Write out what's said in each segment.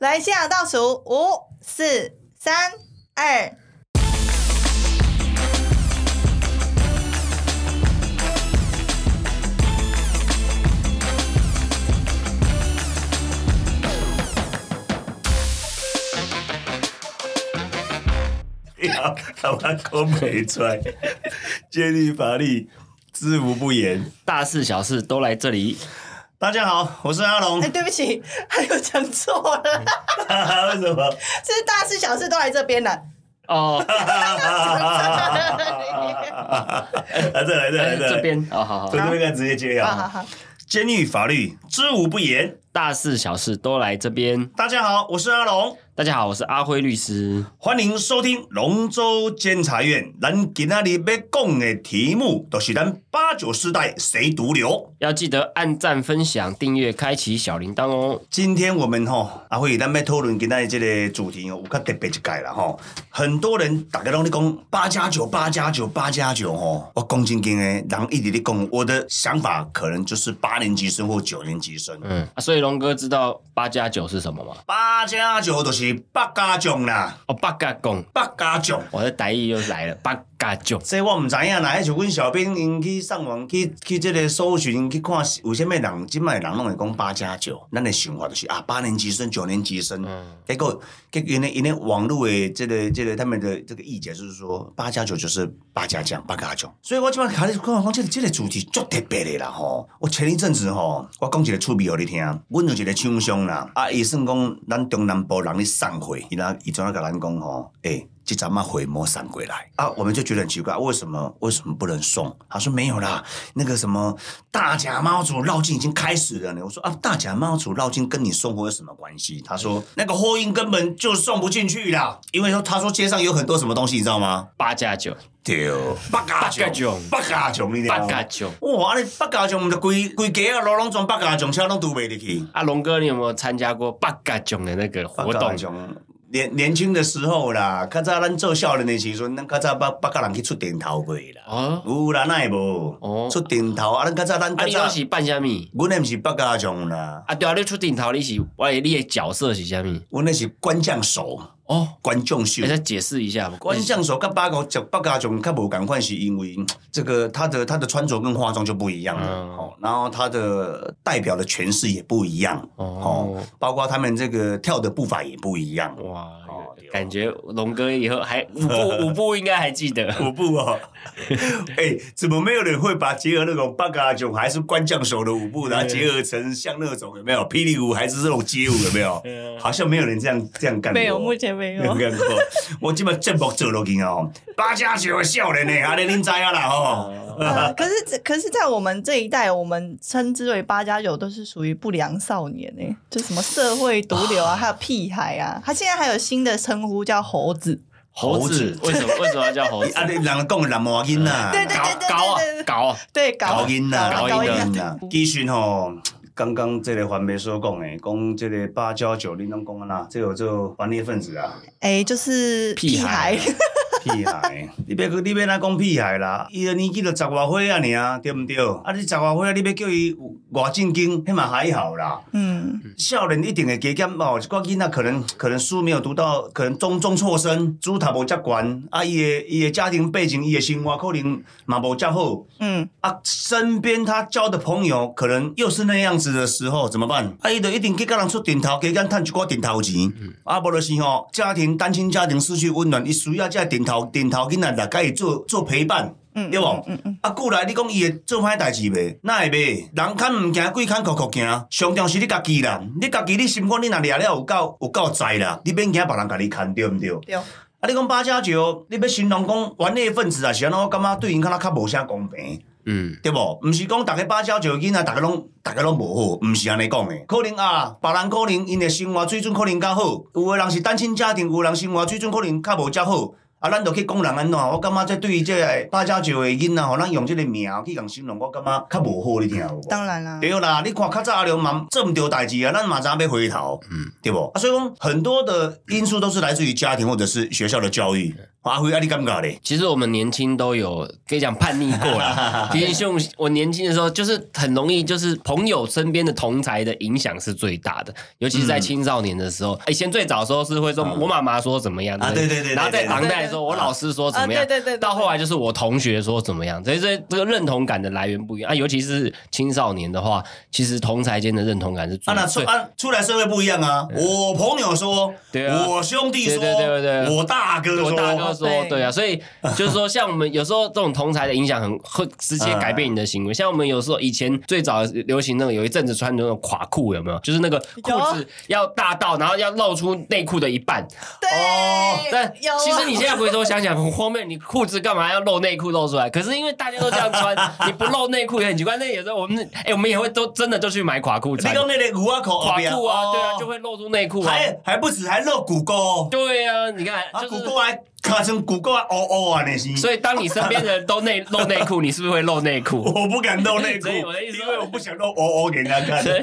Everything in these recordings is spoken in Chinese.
来下倒数五、四、三、二。呀，台湾口美 拽，借力乏力，知无不言。大事小事都来这里。大家好，我是阿龙哎、。对不起，还有讲错了，哎 为什么？是大事小事都来这边了。 哦，啊，再来，再来，再来。这边哦，好好从，这边看直接接好好啊。好，监狱法律知无不言。大事小事都来这边。大家好，我是阿龙，大家好，我是阿辉律师。欢迎收听龙州监察院。咱今仔日要讲的题目，就是咱八九世代谁毒瘤。要记得按赞、分享、订阅、开启小铃铛哦。今天我们吼，阿辉，咱要讨论今天这个主题哦，有较特别一届啦吼。很多人大家拢咧讲八加九、八加九、八加九吼，我讲真经诶，人一直咧讲，我的想法可能就是八年级生或九年级生。嗯，啊、所以龙哥知道八加九是什么吗？八加九就是八加囧啦，哦，八加拱，八加囧。我的台语又来了，八加九。这我毋知影啦，迄像阮小编因去上网去去即个搜寻去看是有啥物人，即摆的人拢会讲八加九，咱的想法就是啊，八年级生、九年级生。嗯，结果，结果因为因为网络的这个这个他们的这个意见就是说，八加九就是八加酱，八加酱。所以我今晚开始看讲这个这个主题足特别的啦吼。我前一阵子吼，我讲一个趣味互你听，阮有一个厂商啦，啊，伊算讲咱中南部人咧送货，伊那伊专门甲咱讲吼，诶、这啊咱们回摸散回来啊，我们就觉得很奇怪，为什么为什么不能送？他说没有啦，那个什么大甲猫族绕境已经开始了呢。我说啊，大甲猫族绕境跟你送货有什么关系？他说那个货运根本就送不进去啦，因为说他说街上有很多什么东西，你知道吗？八加九，对，哦八嘎八嘎囧八嘎囧，你知道八吗加九。哇，啊你八嘎囧，毋就规规街啊路拢全八嘎囧，车拢堵袂入去。啊，龙哥，你有没有参加过八嘎囧的那个活八嘎动？囧。年年轻的时候啦，较早咱做少年的时阵，咱较早八八个人去出电头过啦。哦，有啦，那会无？哦出顶头啊！咱较早咱啊，较你都早，是扮虾米？阮那毋是北家将啦，啊，对啊，你出镜头你是，我你的角色是虾米？阮那是官将手、哦，官将秀你。再解释一下吧。官将手跟八个讲八家将较无共款，是因为嗯这个他的他的穿着跟化妆就不一样了，嗯哦，然后他的代表的诠释也不一样，哦哦，，包括他们这个跳的步伐也不一样。哇哦对，感觉龙哥以后还五步五步应该还 记得。舞步哦，哎、怎么没有人会把结合那种八嘎囧还是官将手的舞步，然后结合成像那种有没有霹雳舞还是这种街舞有没有？好像没有人这样这样干过。没有，目前没没有有。干过。我今本节目做落去哦，八加九的少年呢，阿你恁知啊啦吼。呃可是这，可是，在我们这一代，我们称之为八加九，都是属于不良少年诶、就什么社会毒瘤啊，还有屁孩啊。他现在还有新的称呼叫猴子，猴子为什么为什么要叫猴子？啊，你人家讲的南摩囡啊，对对搞搞啊搞啊！对，搞高音呐，搞高搞音搞啊音呐。其实吼，刚刚这个环媒所讲的，讲这个八加九，你拢讲啊啦，这有做顽劣分子啊。哎、就是屁孩孩，屁孩，你别你别哪讲屁孩啦，伊的年纪都十外岁啊，尔对毋对？啊，你十外岁啊，你要叫伊有偌正经，迄嘛还好啦。嗯，少年一定会加减哦，一个囡仔可能可能书没有读到，可能中中辍生，主读无遮悬，啊，伊的伊的家庭背景，伊的生活可能嘛无遮好。嗯，啊，身边他交的朋友可能又是那样子的时候，怎么嗯办？啊，伊就一定去甲人出顶头，加减趁一寡顶头钱。嗯啊，无就是吼，家庭单亲家庭失去温暖，伊需要这顶头顶头囡仔来甲伊做做陪伴。嗯对无嗯嗯，啊，过来你讲伊会做歹代志袂？哪会袂？人牵毋行，鬼牵酷酷行。上重是你家己啦，你家己你心肝你若掠了有够有够在啦，你免惊别人甲你牵对毋对？对，啊，你讲八加九，你要形容讲顽劣分子啊，是安怎？我感觉对因敢若较无啥公平。嗯，对无？毋是讲逐个八九九囡仔，逐个拢逐个拢无好，毋是安尼讲诶。可能啊，别人可能因诶生活水准可能较好，有诶人是单亲家庭，有的人生活水准可能较无遮好。啊，咱就去讲人安怎？我感觉这对于这个八九九诶囡仔吼，咱用即个名去共形容，我感觉较无好，你听有无？当然啦，对啦，你看较早阿龙嘛做毋对代志啊，咱嘛知影要回头，对不？啊，所以讲很多的因素都是来自于家庭或者是学校的教育。阿辉，啊，你感觉咧？其实我们年轻都有可以讲叛逆过 啦。其实像我年轻的时候，就是很容易，就是朋友身边的同才的影响是最大的，尤其是嗯在青少年的时候。以前最早的时候是会说我妈妈说怎么样啊不对对对然后在对对唐代的时候，我老师说怎么样，啊对对对对对到后来就是我同学说怎么样，所以这这个认同感的来源不一样啊。尤其是青少年的话，其实同才间的认同感是最啊，那出最啊，出来社会不一样啊！我朋友说，嗯对啊我兄弟说，对对对对对我大哥说，我大哥说，对对啊，所以就是说，像我们有时候这种同台的影响很会直接改变你的行为。像我们有时候以前最早流行那个有一阵子穿那种垮裤，有没有？就是那个裤子要大到，然后要露出内裤的一半。对，哦但有啊其实你现在回头想想，很荒谬，你裤子干嘛要露内裤露出来？可是因为大家都这样 穿，你不露内裤也很奇怪。那有时候我们哎，我们也会都真的就去买垮裤你穿，讲那个五阿口垮裤啊，对啊，就会会露出内裤啊。哦还还不止，还露骨沟，对啊，你看，哦啊，就骨是沟还卡成骨沟还哦哦啊，那是。所以，当你身边的人都内 露内裤，你是不是会露内 裤？我不敢露内裤， 所以我的意思因为我不想露哦哦给人家看。所以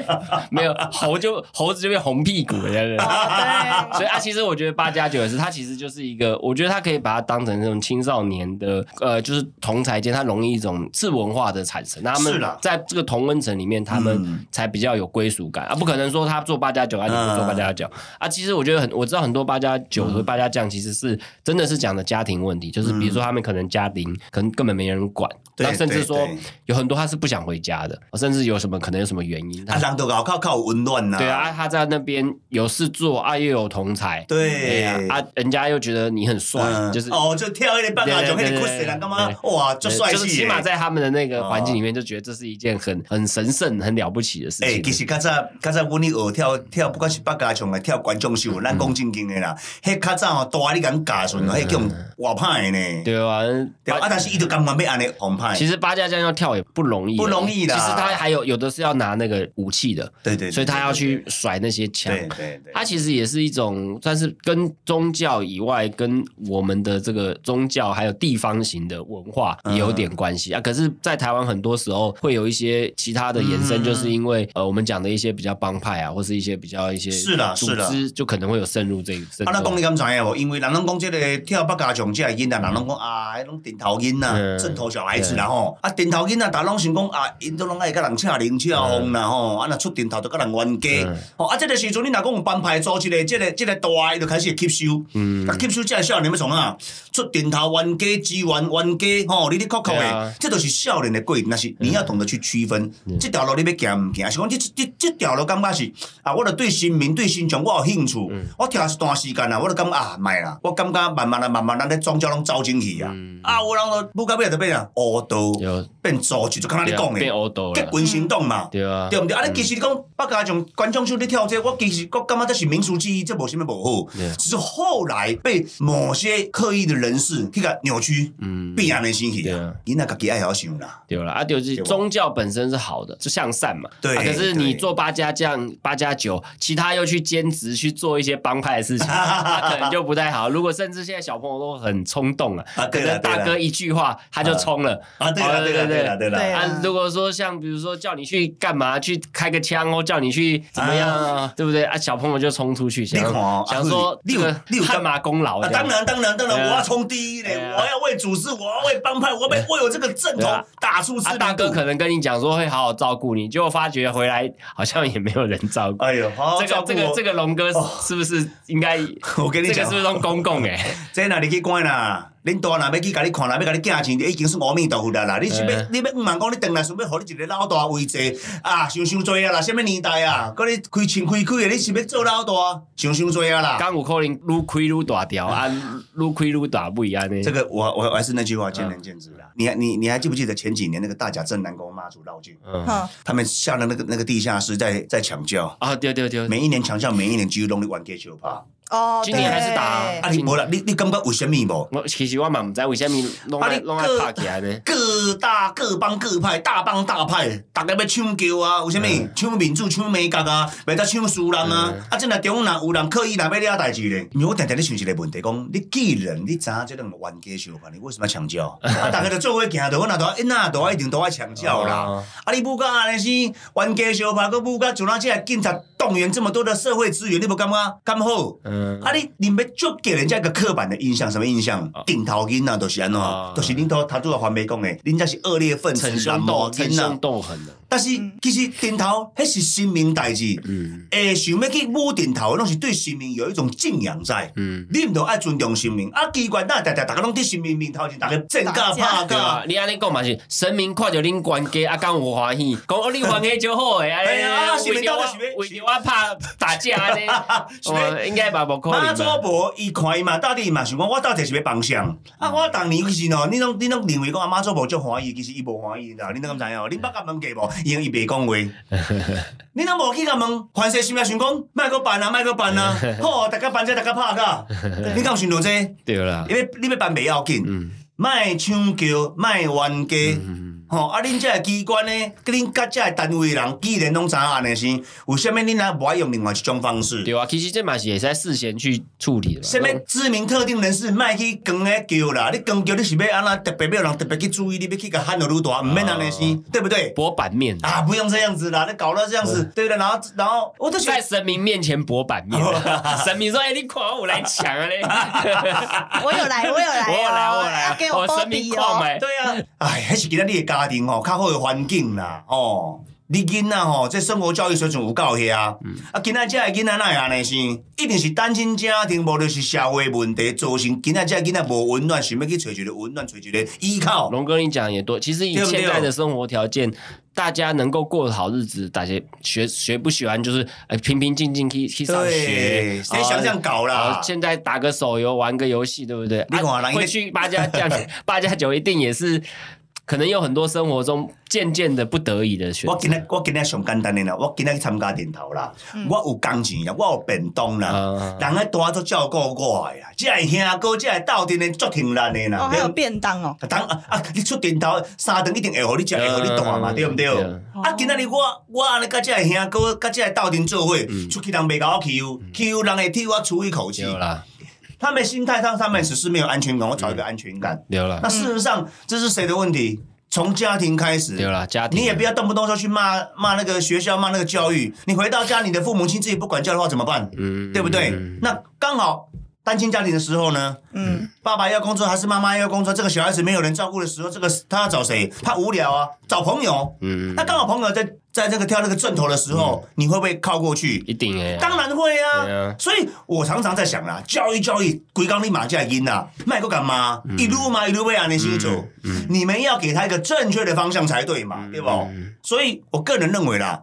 没有猴就猴子就变红屁股了，对不对？哦 对所以啊，其实我觉得八加九也是，它其实就是一个，我觉得它可以把它当成这种青少年的，呃，就是同才间，它容易一种次文化的产生。那他是们啦在这个同温层里面，他嗯们才比较有归属感啊，不可能说他做八加九啊，你嗯不做八加九啊。其实我觉得很，我知道很多八加九和八加酱其实是真的是讲的家庭问题，就是比如说他们可能家庭可能根本没人管，嗯对然后甚至说对对有很多他是不想回家的，甚至有什么可能有什么原因，啊，他人都搞靠靠温暖呐。对啊，啊，他在那边有事做啊，又有同才，哎对呀啊，人家又觉得你很帅，嗯就是。哦，就跳一点半个对就对给你对哭死对了，干嘛对？哇，就帅就气是耶。起码在他们的那个环境里面，就觉得这是一件很很神圣、很了不起的事诶、情。其实较早较早，阮咧学跳跳，不管是百家唱诶，跳观众秀，嗯咱讲正经诶啦。迄较早吼，大你敢教阵，迄叫活歹呢。嗯对吧？对吧啊，但是伊就甘愿要安尼红派。其实八家将要跳也不容易，不容易啦啊其实他还有有的是要拿那个武器的，对对对，所以他要去甩那些枪。啊对。对对它对，其实也是一种，算是跟宗教以外，跟我们的这个宗教还有地方型的文化嗯也有点关系、啊。可是，在台湾很多时候会有一些其他的延嗯伸，就是因为、呃，我们讲的一些比较帮派啊，或是一些比较一些是啦组是啦织，就可能会有渗入这个。渗啊，咱入讲你敢知影无？因为人拢讲即个跳百家唱即个囡仔，人拢讲啊，迄种顶头囡仔、嗯正头小孩子啦吼。啊，顶头囡仔，大家拢想讲啊，因都拢爱甲人请零请风啦吼。啊，若出顶头就甲人冤家嗯。吼，啊，即个时阵你若讲有帮派组织诶，即个即个大的，伊就开始会吸收。嗯啊，，吸收这少年要从啊，出点头冤家、支援冤家，吼，你你靠靠对的啊，这都是少年的过瘾。但是你要懂得去区分，嗯这条路你要行唔行？还是讲这这这条路感觉是啊，我著对新民、对新疆我有兴趣，嗯我听一段时间啦，我著感觉啊，卖啦，我感觉慢慢啊、慢慢啊，咱宗教拢走进去啊，嗯啊，有人就不到尾就变啊，黑道有变组织，就敢若你对啊讲变的，欧斗结了，群行动嘛。对啊，对毋对？啊，你其实你讲百家从观众秀你跳这个我其实我感觉这是民俗记忆，这无什么无好对，只是后来被某些刻意的人士去个扭曲，嗯必然的兴起对啊啊。囡仔家己爱晓想啦，对了啊，就是对吧宗教本身是好的，就向善嘛。对啊可对是你做八加酱、八加九，其他又去兼职去做一些帮派的 事情，他可能就不太好。如果甚至现在小朋友都很冲动了，啊可对啦能大对啦嗯哥一句话他就冲了。啊对啦哦对啦对啦对对啦，啊啊，如果说像比如说叫你去干嘛，去开个枪哦，叫你去怎么样啊，对不对啊？小朋友就冲出去，想你看哦想说啊你这有个你有汗马功劳啊这当样，然当然当然，对啊我要冲第一嘞，对啊我要为组织，我要为帮派，我被我有这个正对统啊打出知啊，名大哥度可能跟你讲说会好好照顾你，结果发觉回来好像也没有人照顾。哎呦，好好这照个顾这个我这个龙哥哦是不是应该？我跟你这个讲是不，是用公共哎、这若入去关啦，恁大人要去甲你看啦，要甲你寄钱，就已经是阿弥陀佛啦啦。你是要嗯你要毋茫讲，你当来想要互你一个老大位坐啊，想伤多啊啦，什么年代啊，搁你开钱开开的，你是要做老大，想伤 多啊啦。刚五扣零撸亏撸大条啊，撸亏撸大不一样呢。这个我我我还是那句话，见仁见智啦。你还你你还记不记得前几年那个大甲镇南宫妈祖绕境，嗯哼他们下了那个那个地下室在在抢教，啊，对对对，每一年抢教，每一年几乎拢咧玩 K 球吧。哦，今年还是打啊对啊，你无啦，你你感觉为什么无？我其实我嘛唔知为什么弄啊来你弄来各拍起来呢。各大各帮各派，大帮大派，大家要抢救啊，有啥物抢民主、抢美国啊，袂得抢输人啊。啊，真若中国人有人刻意来要了代志咧，因为我常常咧想一个问题，讲你既然你知影即种冤家相反，你为什么要强教？啊，大家都做伙行，着我若都因哪都一定都爱强教啦哦。啊，你不甲安尼是冤家相拍，佮不甲就咱即个警察动员这么多的社会资源，你无感觉敢好？嗯，啊你，你们就给人家一个刻板的印象，什么印象？顶头囡啊，都是安怎啊，都是恁都他做环美讲的，人家是恶劣分子逞啦，凶斗毛逞巾凶啊。斗狠的，但是其实顶头迄是神明代志，嗯诶，想要去摸顶头，拢是对神明有一种敬仰在。嗯，你毋着爱尊重神明，啊，奇怪，那大家大家拢伫神明面头前，大家正打架架拍对啊架，，你安尼讲嘛是，神明看着恁冤家啊，敢有欢 喜，讲哦你冤家就好诶，哎哎呀呀，神为明着到底我是要为着我怕打架安尼， 是要哦应该嘛无可马能祖吧。婆伊看伊嘛，到底嘛想讲，我到底是要帮相？啊，嗯我当年其实哦，你拢你拢认为讲啊，马祖婆足欢喜，其实伊无欢喜，你知道？嗯你拢敢知影哦？你捌甲问过无？因为伊袂讲话， 你拢无去甲问，凡事心内想讲，莫搁办啊，莫搁办 啊，好，大家办这，大家拍架，你敢有想到这？对啦，因为你要办袂要紧，嗯莫抢桥，莫冤家。嗯，吼、啊！恁这个机关呢，恁甲这个单位的人，既然拢知影安尼先，为什么恁若无爱用另外一种方式？对啊，其实这嘛是会使事先去处理的嘛。什么知名特定人士，莫去扛个哎叫啦！你扛叫你是要安啊那特别要有人特别去注意，你要去甲喊到愈大，毋免安尼先，对不对？博版面，啊，不用这样子啦，你搞到这样子，对不对？然后，然后我都觉在得，神明面前博版面，哦 神明说：“哎，你看我来抢啊嘞！” 我有 来，我有来、哦，我有来，我要有来，给我包神明底看哦。麦，对啊，哎，还是今仔你的家庭吼、较好的环境啦，哦。你囡仔吼，这生活教育水准有够遐，啊，今仔这个囡仔哪会安尼生？一定是单亲家庭，无就是社会问题造成今仔这个囡仔无温暖，想要去找一个温暖，找一个依靠。龙哥，你讲也多。其实以对不对现在的生活条件，大家能够过好日子，大家学学不喜欢就是呃平平静静去去上学对，。谁想这样搞啊啦？现在打个手游，玩个游戏，对不对？你看人啊家会去八家将、 八家酒，一定也是可能有很多生活中渐渐的不得已的选我择。今仔我今仔上简单诶啦，我今仔去参加电头啦，嗯我有工钱啦，我有便当啦，啊人咧大足照顾我诶啦，即个兄哥，即个斗阵诶足挺力诶哦，啦。还有便当哦，当啊啊！你出电头三顿一定会互你食，会互你大嘛，嗯对毋对？对哦啊，今仔日我我安尼甲即个兄哥、甲即个斗阵做伙，出去人袂甲我欺负，欺负人会替我出一口气。有啦，他们心态上，他们只是没有安全感，我找一个安全感。有啦那，事实上，这是谁的问题？从家庭开始。有啦，家庭你也不要动不动说去骂骂那个学校，骂那个教育。你回到家，你的父母亲自己不管教的话怎么办？嗯对不对？嗯那刚好单亲家庭的时候呢，嗯，爸爸要工作还是妈妈要工作，这个小孩子没有人照顾的时候，这个他要找谁？他无聊啊，找朋友。嗯，那刚好朋友在在那个跳那个正头的时候，你会不会靠过去？一定哎，当然会啊，对啊所以我常常在想啦，教育教育，规刚立马就来因啦，卖个干嘛？嗯一路嘛一路被安尼心走，你们要给他一个正确的方向才对嘛，嗯对不？所以我个人认为啦，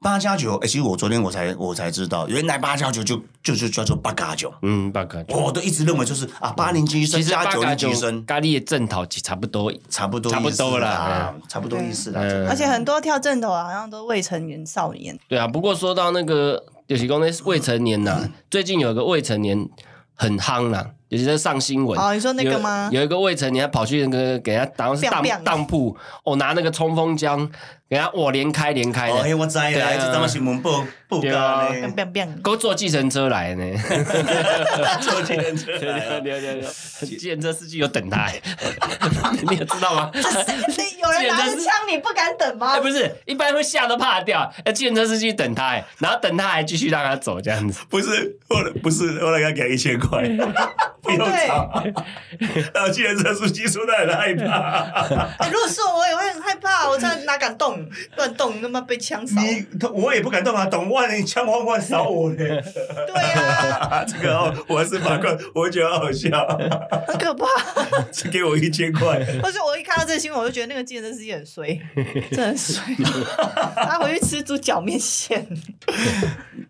八加九，哎，其实我昨天我才我才知道，原来八加九就就就叫做八加九，嗯，八嘎。我都一直认为就是啊，八年级生嗯其实加八九嘎年级就生，咖喱的正头其实差不多，差不多差不意思多啦哎啦，差不多意思啦。嗯而且很多跳正头的哦好像都未成年少年，对啊。不过说到那个有些公司未成年呐、嗯最近有个未成年很夯啦、尤其在上新闻。哦你说那个吗有？有一个未成年他跑去那个给人家当是当 biang biang 当铺，哦，拿那个冲锋枪给人家我连开连开哦，的，嘿，我知啦，对啊这咱们新闻报报对啊家变呢，变变，给我坐计程车来呢。 坐计程车对来啊对对对对， 计程车司机有等他、欸， 你有知道吗？ 有人拿着枪，你不敢等吗啊哎、？不是，一般会吓得怕掉，那计程车司机等他、欸，然后等他还继续让他走这样子。不是，后来不是，后来他给他一千块，不用找。然后既然车司机说他很 害怕，哎，如果是我，我也会很害怕，我真的哪敢动，乱动，他妈被枪扫。你我也不敢动啊，懂万你枪晃晃扫我呢。对 呀，啊， 这个哦，我是法官，我觉得好笑， 很可怕。只给我一千块。而且我一看到这个新闻，我就觉得那个健身司机很衰，真的很衰。他回去吃猪脚面线。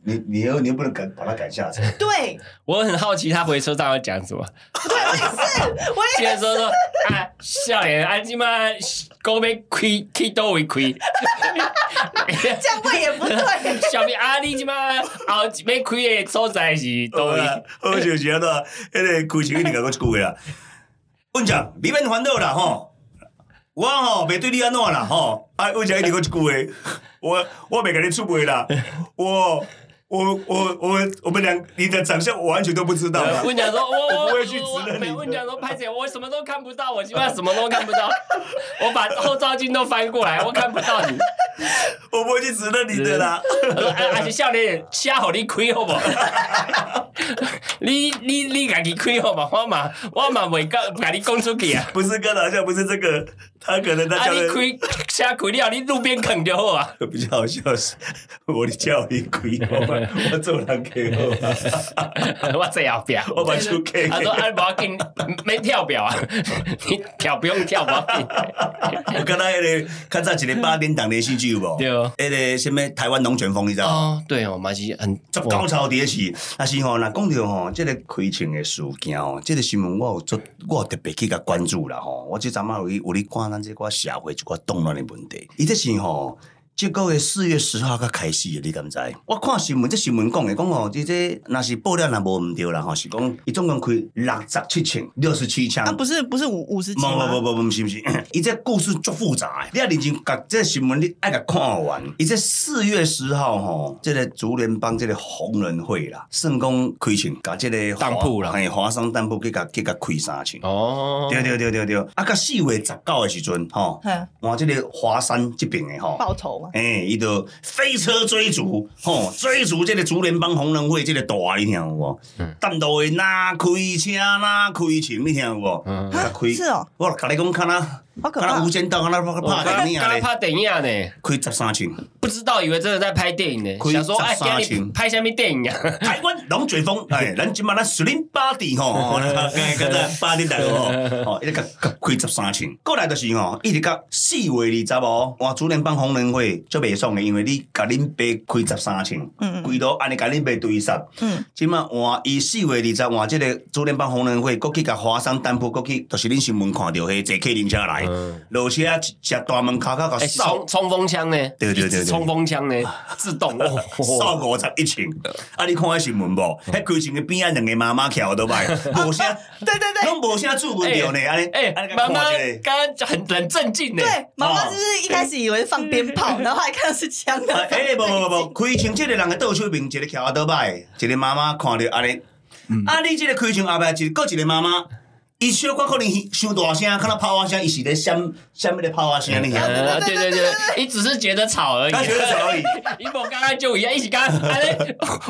你你又你又不能赶把他赶下车，对，我很好奇他回车上要讲什么。对我也是，我接也着说说，啊，笑脸，啊，鸡妈，狗被亏，亏都会亏。这样问也不对。小明啊，你鸡妈，后一杯亏的所在是都对啊会。啦，我就觉得迄个开钱一定甲我一句话啦。阮讲，你免烦恼啦吼，我吼袂对你安怎啦吼，啊，阮讲一定甲我一句话，我我袂甲你出卖啦，我我我我我们两你的长相我完全都不知道啦。呃问讲说，我我不会去指认你的问讲说，拍姐，我什么都看不到，我鸡巴什么都看不到。我把后照镜都翻过来，我看不到你。我不会去指 认你的啦。啊我说啊，啊是笑脸，瞎好你亏好不好？ 你你你家己开好嘛，我嘛我嘛袂讲，甲你讲出去 啊。不是哥的，好像不是这个，他可能他啊，叫你的、开车开了，你路边啃就好啊。 比较好笑是， 我的叫你鬼，我我做人给我，我最后 表。我把出给他给说：“。哎，不要紧，没跳表啊， 你跳不用跳，不要紧。我刚才那个看上一个八点档连续剧有无？对哦那个什么台湾龙卷风，你知”道吗？哦，对哦，嘛是很足高潮迭起，但是吼，若讲到吼，即个开枪的事件吼，即个新闻我有做，我有特别去甲关注啦吼。我即阵仔有去有咧看咱即个社会一寡动乱的问题，伊这是吼。这个月四月十号才开始的，你敢知？我看新闻，这新闻讲的，讲吼，即这若是报料若无毋对啦吼，是讲伊总共开六十七枪，六十七枪。啊，不是不是五五十不几吗？不不不不，是不是？伊这故事足复杂的，你啊认真甲这新闻你爱甲看完。伊这四月十号吼，这个竹联帮这个红人会啦，算讲开钱，甲这个华当铺啦嘿，华商当铺给甲给甲开三千。哦，对对对对对，啊，甲四月十九的时阵吼嗯，换这个华山这边的吼，报仇嘛，诶，伊哎就飞车追逐，吼、追逐这个竹联帮红人会这个大，你听有无？嗯等到会哪开车哪开枪，你听有无？嗯哪开是哦，我甲你讲，看哪，好可看哪怕无！间道，看哪我刚拍刚电影哦啊刚咧，拍电影啊呢，开十三枪，不知道以为真的在拍电影呢，开想说哎，十三今天群你拍什么电影啊？台湾龙卷风，哎，咱即马咱树林巴地吼，吼咱咱咱巴地大吼，吼，伊个开十三枪，过来就是吼，一直到四月二十哦，哇，竹联帮红人会足袂爽的，因为你甲恁爸开十三枪，嗯规路安尼甲恁爸对杀。嗯，即马换伊四月二十换即个主联帮红人会，国去甲华山丹铺，国去，就是恁新闻看到迄坐客轮车来嗯，落车食大门口口甲哎，扫冲冲锋枪呢？对对对一直对冲锋枪呢，自动哦， 扫五十一층，啊！你看迄新闻无？嗯迄开枪的边仔两个妈妈徛都歹， 无啥，对对对拢无啥注文着呢，安尼，哎安尼，甲妈看妈一 下刚刚很很镇静呢，对，妈妈是哦不是一开始以为是放鞭炮，然后还看到是枪的啊？哎，无无无无，开枪即个人的倒手边，一个徛倒歹，一个妈妈看着安尼，嗯啊！你即个开枪后壁一个，搁一个妈妈。伊小可可能伤大声，看到炮啊声，伊是咧闪闪迄个炮啊声，啊你晓得？呃对对对，你只是觉得吵 而已，他觉得吵而已。伊无刚刚就一样，一起刚刚安尼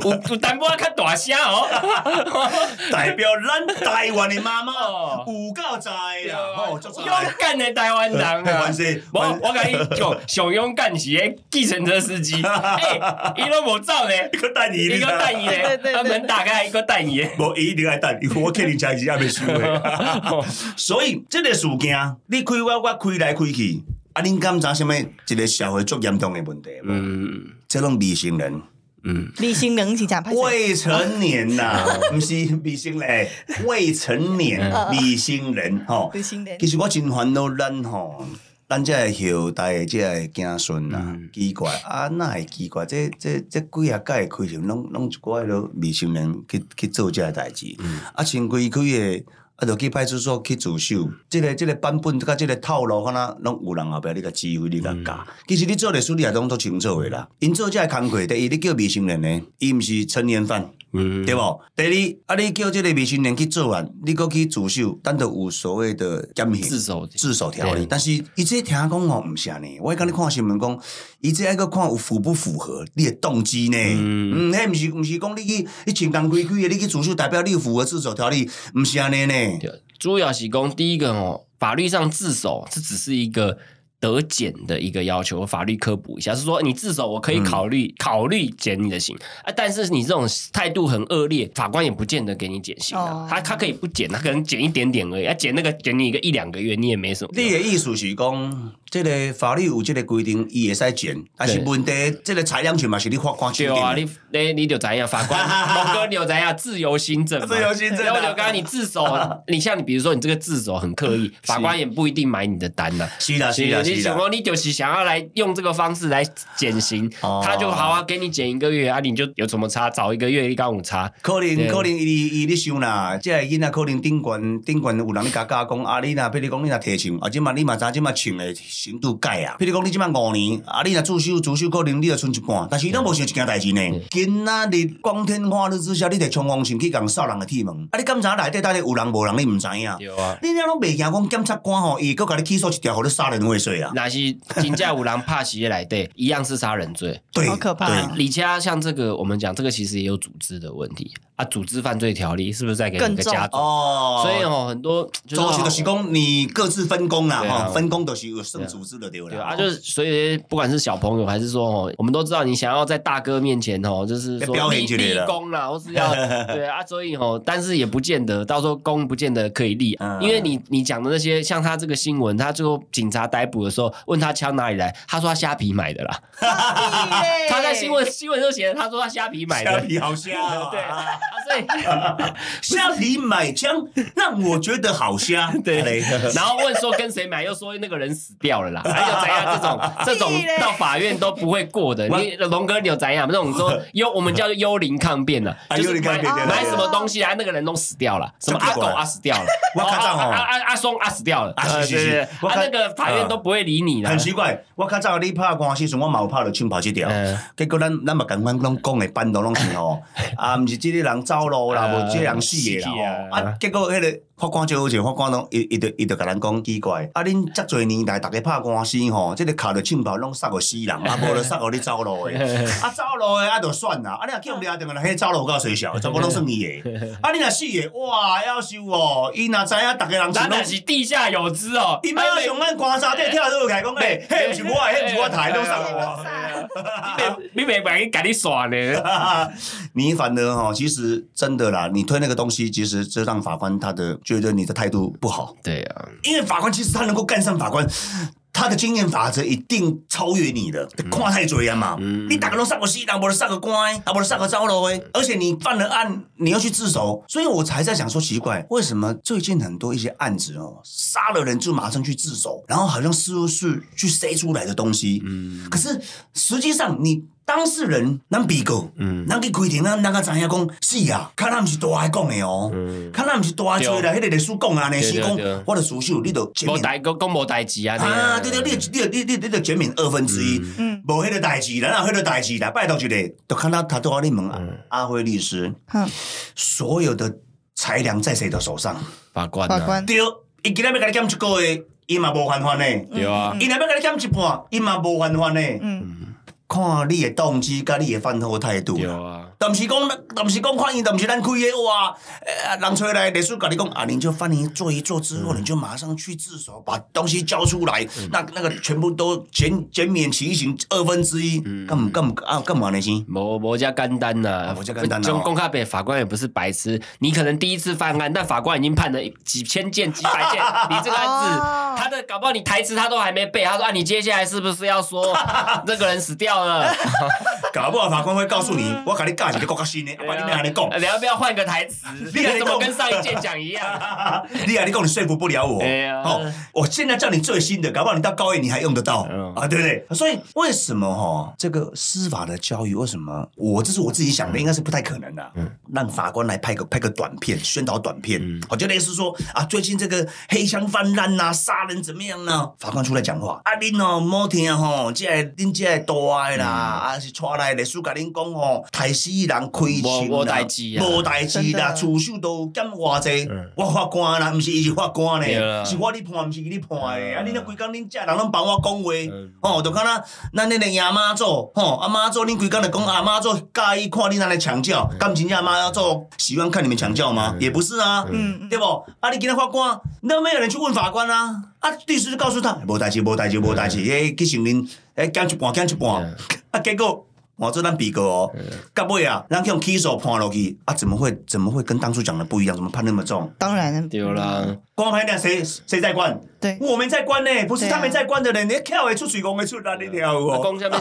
有有淡薄仔较大声哦，代表咱台湾的妈妈 哦啊有够在啦，吼，足在。勇敢的台湾人啊！完事我完我甲你讲，上勇敢是迄计程车司机，哎，伊拢无走呢，一个蛋你伊知个道吗等伊对对呢，对他门打开，伊个等伊。无伊一定爱等，因为我肯定家己也未收 的。所以这个事件，你开我我开来开去，啊，恁敢知影什么一个社会足严重的问题无？嗯这拢未成人、嗯，李新能起讲拍谁未成年呐、毋是未成年，未成年嗯、未成人吼。李新能其实我真烦恼咱吼，咱这个后代的这个子孙啊，嗯奇怪啊，哪会奇怪？这这这几啊届开枪，拢拢一寡迄落未成年去去做这个代志，啊，真规矩的。啊，就去派出所去自首，即、个即、个版本甲即个套路，敢若拢有人后壁你甲指挥，你甲教。其实你做历史你也拢做清楚的啦。因做这个工课，第一你叫未成年的，伊毋是成年犯。嗯对无？第二，啊，你叫这个未成年去做完，你搁去自首，咱就有所谓的减刑、自首自首条例对。但是伊这听讲哦，毋是安尼。我刚你看新闻讲，伊这还搁看有符不符合你的动机呢？嗯，迄毋是毋是讲你去你情工开开的，你去自首代表你有符合自首条例，毋是安尼呢？对主要是讲第一个哦，法律上自首这只是一个得减的一个要求，法律科普一下，是说你自首我可以考嗯虑、考虑减你的刑啊，但是你这种态度很恶劣，法官也不见得给你减刑啊，哦他他可以不减，他可能减一点点而已，啊，减那个减你一个一两个月你也没什么用。你的意思是讲，这个法律有这个规定，伊会使减，但是对问题，这个裁量权嘛是你法官决对定的。啊，你你你就怎样？法 官某哥你就怎样？自由新政嘛，自由新政啊然后就刚刚你自 首，你像你比如说你这个自首很刻意，法官也不一定买你的单啊呐、是啦是啊啦你是想啦，说你就是想要来用这个方式来减刑，哦他就好啊，给你减一个月啊，你就有什么差？找一个月一杠五差，可能对可能伊伊咧想啦，即个囡仔可能顶悬顶悬有人咧甲教讲，啊你若比如讲你若提枪，啊即嘛你嘛知影即嘛枪诶程度改啊，比如讲你即嘛五年，啊你若自首自首可能你就剩一半，但是伊拢无想一件代志呢。今仔日光天化日之下，你摕冲锋枪去共扫人诶铁门，啊你敢知影内底到底有人无人你毋知影？有啊。你遐拢袂惊讲检察官吼，伊佫甲你起诉一条，互你杀人未遂啊？那是金价五郎怕邪来对，一样是杀人罪。对，好可怕对啊李家像这个，我们讲这个其实也有组织的问题啊，组织犯罪条例是不是再给更你个重家族？哦，所以哦，很多就是周期的是讲你各自分工啦，对啊哈，分工都是有算组织的对哦了。对啊，就是所以不管是小朋友还是说哦，我们都知道你想要在大哥面前哦，就是要说表演立就对立了功啦，或是 要对啊，所以哦，但是也不见得到时候功不见得可以立，啊嗯因为你你讲的那些像他这个新闻，他最后警察逮捕的时候问他枪哪里来，他说他虾皮买的啦，他他在新闻新闻都写了，他说他虾皮买虾的，皮好虾哦， 对啊，所以。虾皮买枪让我觉得好虾， 哎对， 然后问说跟谁买，又说那个人死 掉了啦，还有怎样这种这种屁嘞到法院都不会过的。你龙哥你有怎样那种 说幽我们叫做幽灵抗辩了，啊就幽是灵抗买辩对对买对什么东西啊，那个人都死掉了，什么阿狗啊死掉了，我看到啊哦啊啊阿松啊死掉了，啊是呃是对是对对我啊看那个法院都不会理你的很。奇怪。我较早你拍官司时，我嘛有拍到枪跑这条，嗯结果咱咱嘛共阮拢讲的班都拢是 吼，啊，毋是即个人走路啦，呃无即个人死的啦死吼，的啊啊，结果迄个法官最好笑，法官拢伊伊就伊就甲咱讲奇怪，啊，恁遮侪年来逐个拍官司吼，即个敲着枪炮拢杀互死人，啊，无就杀互你走路 的，啊，走路的啊就算啦，啊，你若叫掠着嘛，迄走路有够水小，全部拢算伊 的，啊，你若死的，哇，夭寿哦，伊若知影逐个人咱拢那。是地下有知哦，伊妈上咱官沙底跳倒来讲，诶，迄毋是我的，迄毋是我台拢杀我。你没把给你耍 呢？你反而哈，其实真的啦，你推那个东西，其实这让法官他的觉得你的态度不好，对啊，因为法官其实他能够干上法官。他的经验法则一定超越你的，看太多了嘛！嗯你打个都上个西人，我上个官，啊，我上个招楼哎！而且你犯了案，你要去自首，所以我才在想说，奇怪，为什么最近很多一些案子哦，杀了人就马上去自首，然后好像似乎是去塞出来的东西，嗯可是实际上你当事人咱被告，嗯咱去规定，咱咱个知影讲是啊，看咱毋是大爱讲的哦，嗯，看咱毋是大爱做啦，迄个律师讲啊，呢对是对讲对我的属手，你著减无免代公公无代志啊！啊，对对，你就你你你你著减免二分之一，嗯无迄个代志，然后迄个代志啦，拜托一个，就看到他都阿你问啊阿辉律师，哼所有的裁量在谁的手上？法官啊法官对，伊今仔要甲你减一个月，伊嘛无犯法呢，对啊，伊若要甲你减一半，伊嘛无犯法呢，嗯，看你的动机，甲你的犯后态度啦。对啊，但不是讲，但不是讲法院，但不是咱开的哇，呃，人找来律师跟你讲啊，你就翻译做一做之后，你就马上去自首，把东西交出来，那那个全部都减减免其刑二分之一，干干啊干嘛呢？先无无加简单呐，呃无这简单啊公卡北法官也不是白痴，你可能第一次犯案，但法官已经判了几千件、几百 件，你这个案哦子，他的搞不好你台词他都还没背，他说啊，你接下来是不是 要说这个人死掉了？搞不好法官会告诉你，我给你教一个更加新的，啊，不然你别跟你讲，你要不要换个台词？你你还怎么跟上一件讲一 样？你啊，你讲你说服不了我。对啊哦，我现在叫你最新的，搞不好你到高一你还用得到、嗯啊，对不对？所以为什么哈、这个司法的教育为什么我这是我自己想的，应该是不太可能的、啊嗯让法官来拍个拍个短片，宣导短片，我、就类似说啊，最近这个黑箱泛滥呐、杀人怎么样呢、法官出来讲话，啊，恁哦莫听吼，这个恁这个大的啦，嗯啊是出来的律师甲恁讲吼，台死人开枪无无啦代志啊无代志真啦，的自首都减偌济嗯，我法官啦，毋是伊是法官对啦呢，是我咧判，毋是伊咧判嗯的。啊，恁那规工恁遮人拢帮我讲嗯话，吼，就敢若咱恁个阿妈做，吼，阿妈做恁规工就讲阿妈做，介意看恁安尼强教，敢毋真正阿妈做喜欢看你们强教吗？也不是啊，嗯对不？啊，你今天法官，那没有人去问法官啊，啊，律师就告诉他，无代志，无代志，无代志，迄去承认，迄减一半，减一半嗯， 啊，结果。我做咱比过哦，到尾啊，咱用起手判落去啊，怎么会怎么会跟当初讲的不一样？怎么判那么重？当然丢啦，光盘两谁谁在关？对我们在关呢、不是对啊他们在关的人，你跳会出水公会出哪里跳舞哦？公下面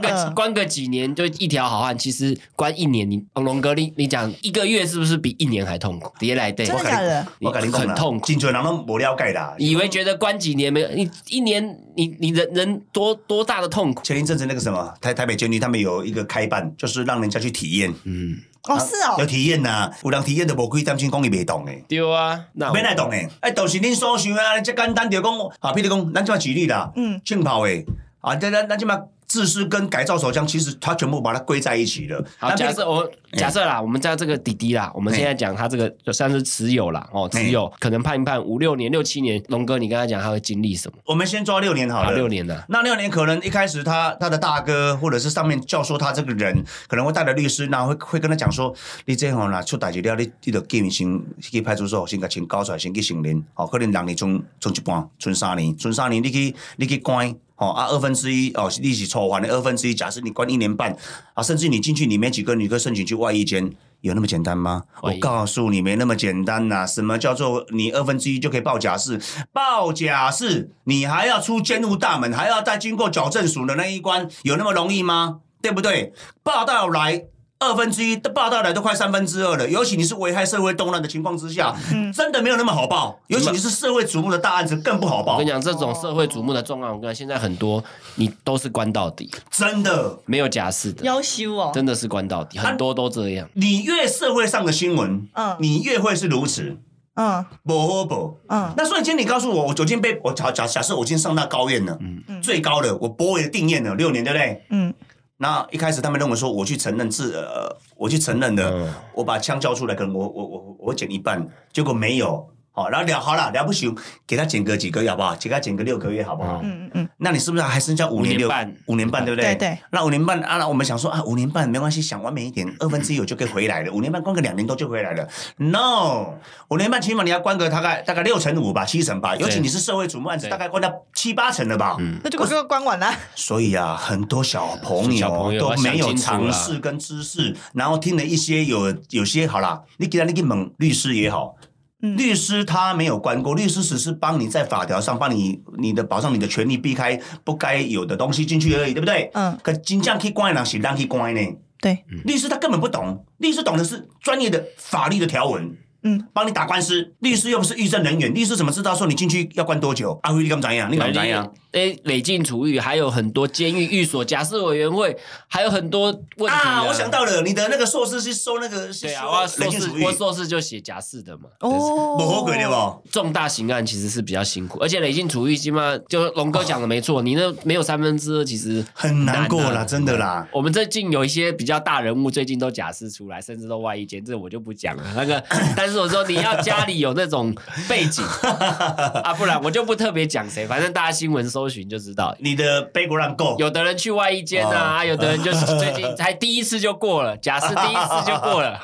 真个的关个几年就一条好汉，其实关一年，你龙哥你你讲一个月是不是比一年还痛苦？别来对，真的假的？我我跟跟你你讲讲很啦痛苦。真侪人拢无了解啦。以为觉得关几年没有，你一年你你人人多多大的痛苦？前一阵子那个什么台台北监狱，他们有一个开办，就是让人家去体验，啊嗯，哦，是有哦，体验呐、有人体验的无几担心讲伊袂懂诶。对啊，那免来动诶，哎，就是恁所想啊，这简单就讲，啊，譬如讲，咱即马举例啦，嗯枪炮诶，啊，咱咱咱即马自私跟改造手枪，其实他全部把它归在一起了。好，但假变设我假设啦，我们家这个弟弟啦，我们现在讲他这个就算是持有啦，哦，持有可能判一判五六年、六七年，龙哥，你跟他讲他会经历什么？我们先抓六年好啊，了，六年呢？那六年可能一开始他他的大哥或者是上面教唆他这个人，可能会带着律师，然后会会跟他讲说，你这吼啦出代志了，你你得建议先去派出所先甲钱交出来，先去承认，哦，可能人年剩剩一半，剩三年，剩三年你去你去关。哦啊，二分之一哦，利息抽还的二分之一。假设你关一年半啊，甚至你进去里面几个，你可以申请去外衣间，有那么简单吗？怀我疑告诉你，没那么简单呐、什么叫做你二分之一就可以报假释？报假释，你还要出监护大门，还要再经过矫正署的那一关，有那么容易吗？对不对？报道来。二分之一报道来都快三分之二了，尤其你是危害社会动乱的情况之下，真的没有那么好报。尤其你是社会瞩目的大案子，更不好我报跟你。讲，这种社会瞩目的状况，我跟你讲，现在很多你都是关到底，真的，没有假释的，要修哦，真的是关到底，很多都这样。你越社会上的新闻，嗯你越会是如此。嗯不好不，嗯那所以今天你告诉我，我昨天被我假假假设我今天上到高院了，最高的我驳回定验了六年，对不对？嗯，那一开始他们认为说我去承认自呃，我去承认的，我把枪交出来，可能我我我我减一半，结果没有。好，然后了好了了不行，给他减个几个月好不好？给他减个六个月好不好？嗯嗯嗯，那你是不是还剩下五五年年六半五年半对不对？对对。那五年半啊，那我们想说啊，五年半没关系，想完美一点，二分之一我就可以回来了。五年半关个两年多就回来了。No，五年半起码你要关个大概大概六成五吧，七成吧。尤其你是社会瞩目案子，对大概关到七八成了吧。那就给我关完了。所以啊，很多小朋小友朋友都没要有想清楚啦尝试跟知识，然后听了一些有有些好啦，你给他那个猛律师也好。嗯律师他没有关过，律师只是帮你在法条上帮你你的保障你的权利，避开不该有的东西进去而已，对不对？嗯，可金匠去关的人是让去关呢，嗯对，律师他根本不懂，律师懂的是专业的法律的条文。嗯，帮你打官司，律师又不是预证人员，律师怎么知道说你进去要关多久？阿辉，你敢怎样？你敢怎样？哎，累进处遇，还有很多监狱、寓所、假释委员会，还有很多问题啊，我想到了，你的那个硕士是收那个是对啊，修我要冷硕静士主义，，我硕士就写假释的嘛。哦，不好鬼对不？重大刑案其实是比较辛苦，而且累进处遇，起码就龙哥讲的没错，你那没有三分之二，其实很难过难啦，啊真的啦。我们最近有一些比较大人物，最近都假释出来，甚至都外衣间，这我就不讲了。那个， 但是我说你要家里有那种背 景啊，不然我就不特别讲谁，反正大家新闻搜寻就知道。你的背锅让够，有的人去外衣间哦啊，有的人就是最近才第一次就过了，假释第一次就过了。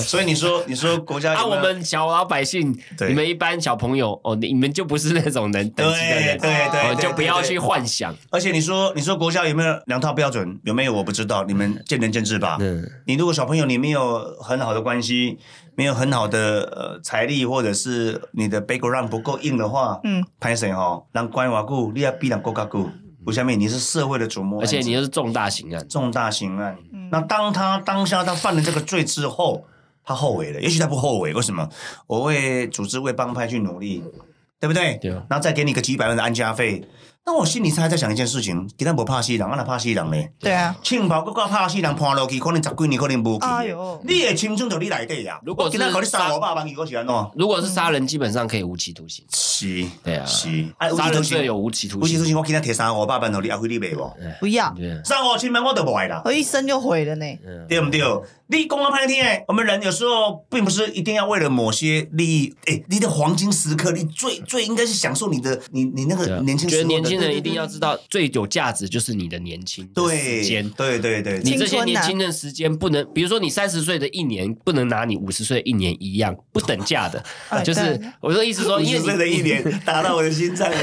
所以你说 你说国家啊，有没我有们小老百姓，对你们一般小朋友哦，你你们就不是那种人等级的对对人，对哦对，就不要对去。幻想。啊而且你说你说国家有没有两套标准？有没有我不知道，你们见仁见智吧。嗯，你如果小朋友你没有很好的关系，没有很好的呃财力，或者是你的 background 不够硬的话，嗯，潘神哦，人关瓦固，你要比人够加固。我下面你是社会的瞩目案而子，且你又是重大刑案，重大刑案。那当他当下他犯了这个罪之后，他后悔了。也许他不后悔，为什么？我为组织为帮派去努力，对不对？对啊然后再给你个几百万的安家费，那我心里才在想一件事情：，给他不怕西人，我哪怕西人呢？对啊，庆袍个个怕死人判落去，可能十几年可能无去。哎呦你的青春就你内底啊！如果我是今仔给你三五百万，如果是安怎？如果是杀人，基本上可以无期徒刑。是，对啊是。啊，杀人罪有有无期徒无期徒刑。刑，我今仔摕三五百万，互你阿辉你卖无？不要，对啊，三五千万我都无爱啦。我一生就毁了呢。对不对？立功啊，潘天哎，我们人有时候并不是一定要为了某些利益，哎，你的黄金时刻，你最最应该是享受你的，你你那对个啊年轻时觉候得的年轻人一定要知道，最有价值就是你的年轻的对啊时间。对对对你对，这青些春年啊轻的时间不能，比如说你三十岁的一年，不能拿你五十岁的一年一样，不等 价的哎。就是对我的意思说，五因为十岁你的一年打到我的心脏了，。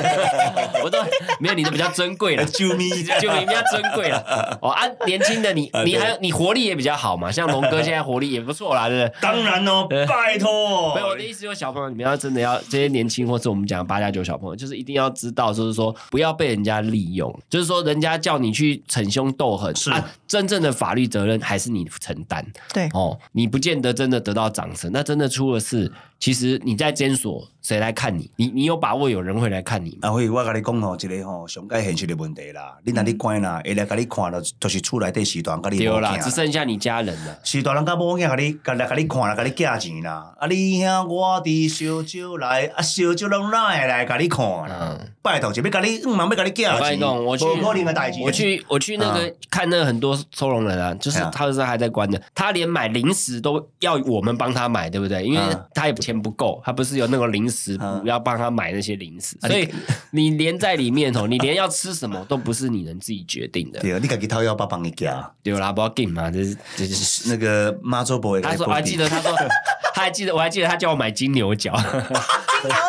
我都没有你的比较珍贵了救命！ 就你比较珍贵了哦啊！年轻的你，你还有你活力也比较好嘛，像龙哥现在活力也不错啦，对不对？当然哦，拜托没有，我的意思，就是小朋友，你们要真的要这些年轻，或是我们讲的八加九小朋友，就是一定要知道，就是说不要被人家利用，就是说人家叫你去逞凶斗狠，是啊，真正的法律责任还是你承担对，哦，你不见得真的得到掌声，那真的出了事，其实你在监所谁来看你？你你有把握有人会来看你吗？阿辉，我甲你讲吼，一个吼上界现实的问题啦，你若你关啦，会来甲你看了，就是厝内底时段甲你丢无啦，见只剩下你家人了。是大人甲某囝甲你甲来甲你看啦，甲你寄钱啦。啊，你兄我伫烧酒来，啊烧酒拢哪会来甲你看啦？嗯拜托，就要甲你硬嘛要甲你寄啊我跟你讲我去无可能的代志。啊我去我去那个看那个很多收容人啊，就是啊他是还在关的，他连买零食都要我们帮他买，对不对？因为啊他也钱不够，他不是有那个零食啊补要帮他买那些零食，啊所以你连在里面哦，你连要吃什么都不是你能自己决定的。对，你家己掏腰包帮你寄啊。对啦，不要 game 嘛，这是这就是。那个妈祖婆会给他你说保我庇，还记得，他说他还记得，我还记得他叫我买金牛角，金牛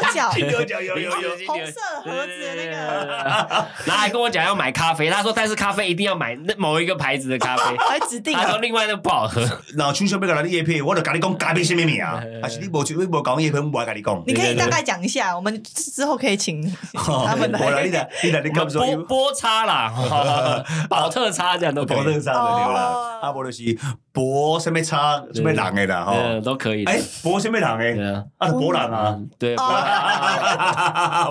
角，有有有有有，红色盒子的那个，然后还跟我讲要买咖啡，他说但是咖啡一定要买那某一个牌子的咖啡，还指定他啊说另外那不好喝。然后像小要甲你叶片，我就甲你讲咖啡什么名啊？还是你无你无讲叶片，我爱甲你讲。 你可以大概讲一下，我们之后可以请请哦他们 我来，来你。来，你来，你我敢们说波波 差啦，保特差这样都可博以登，山的对啦哦，啊，无就是博什么差什么人的啦吼。嗯，都可以的。哎，博什么人的？对啊，啊，博人啊！对，哦波浪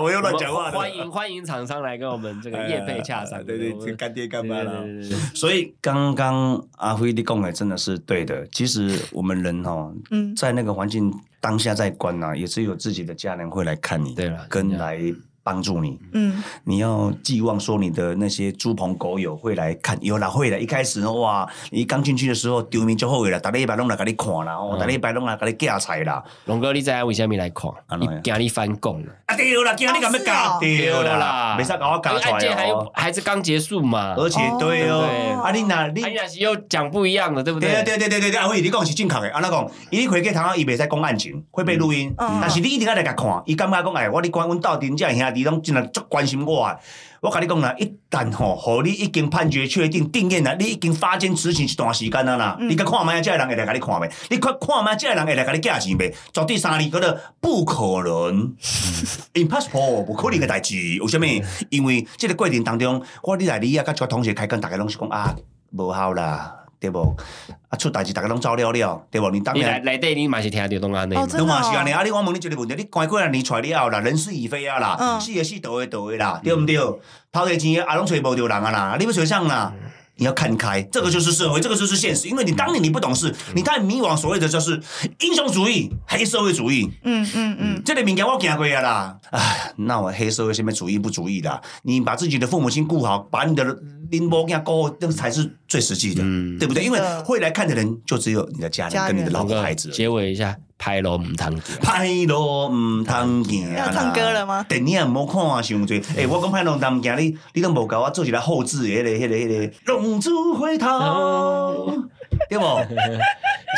我又我乱们讲话了。哎欢迎欢迎厂商来跟我们这个业配洽商，对对我们对，干爹干对妈对啦。对对对所以刚刚阿辉的讲的真的是对的。其实我们人哦，嗯，在那个环境当下在关呐、也只有自己的家人会来看你，对啦跟真的来帮助你。嗯，你要寄望说你的那些猪朋狗友会来看，有啦会的。一开始哇，你刚进去的时候丢面就好的啦，大家一摆拢来给你看啦，哦，嗯大家一摆拢来给你寄菜啦。龙哥，你在为什么来看啊？你惊你翻供了？啊对啦，今天你敢要哦搞对对啦啦，，没啥搞我搞出因为案件来哎还哦有。还是刚结束嘛，而且对哦哦对，啊你那你哎呀，又讲不一样了，对不对对对对对对，阿辉，你讲是正确的。啊，那讲，伊咧回去堂，伊袂使讲案情，会被录音。嗯嗯但是你一定要来甲看，伊感觉讲，哎，我咧管阮斗阵遮兄弟拢真系足关心我的。我甲你讲啦，一旦吼，互你已经判决确定定验啦，你已经发监执行一段时间啊啦，嗯你甲看卖，遮个人会来甲你看未？你看看卖，遮个人会来甲你寄钱未？绝对三字嗰个不可能 ，impossible，不可能嘅代志。为什么？因为即个过程当中，我你来你啊，甲个同学开讲，大家拢是讲啊，无效啦。对无啊，出代志大家拢走了了，对无？你当你来然，来对，你嘛是听到东安的嘛哦，真的你嘛是安尼。啊，你我问你一个问题，你关几啊年出来了啦，人事已非啊啦，嗯是的是，倒的倒的啦，对毋对？掏个钱的啊，拢找无着人啊啦，你要找上啦。你要看开，这个就是社会，这个就是现实。因为你当年你不懂事，你太迷惘所谓的就是英雄主义、黑社会主义。嗯嗯嗯，这个物件我行过啊啦，唉，那我黑社会什么主义不主义的？你把自己的父母亲顾好，把你的拎包给顾好，那才是最实际的，嗯对不对？因为真的会来看的人就只有你的家人家人跟你的老龙婆哥孩子。结尾一下，拍楼唔堂姐。拍咯，唔通行啊啦要唱歌了吗电影唔好看啊，伤嗯多。诶、我讲拍咯，唔通行，你你都无甲我做一个后置的迄、个、迄、个、迄、个。龙珠回头，哦 对无？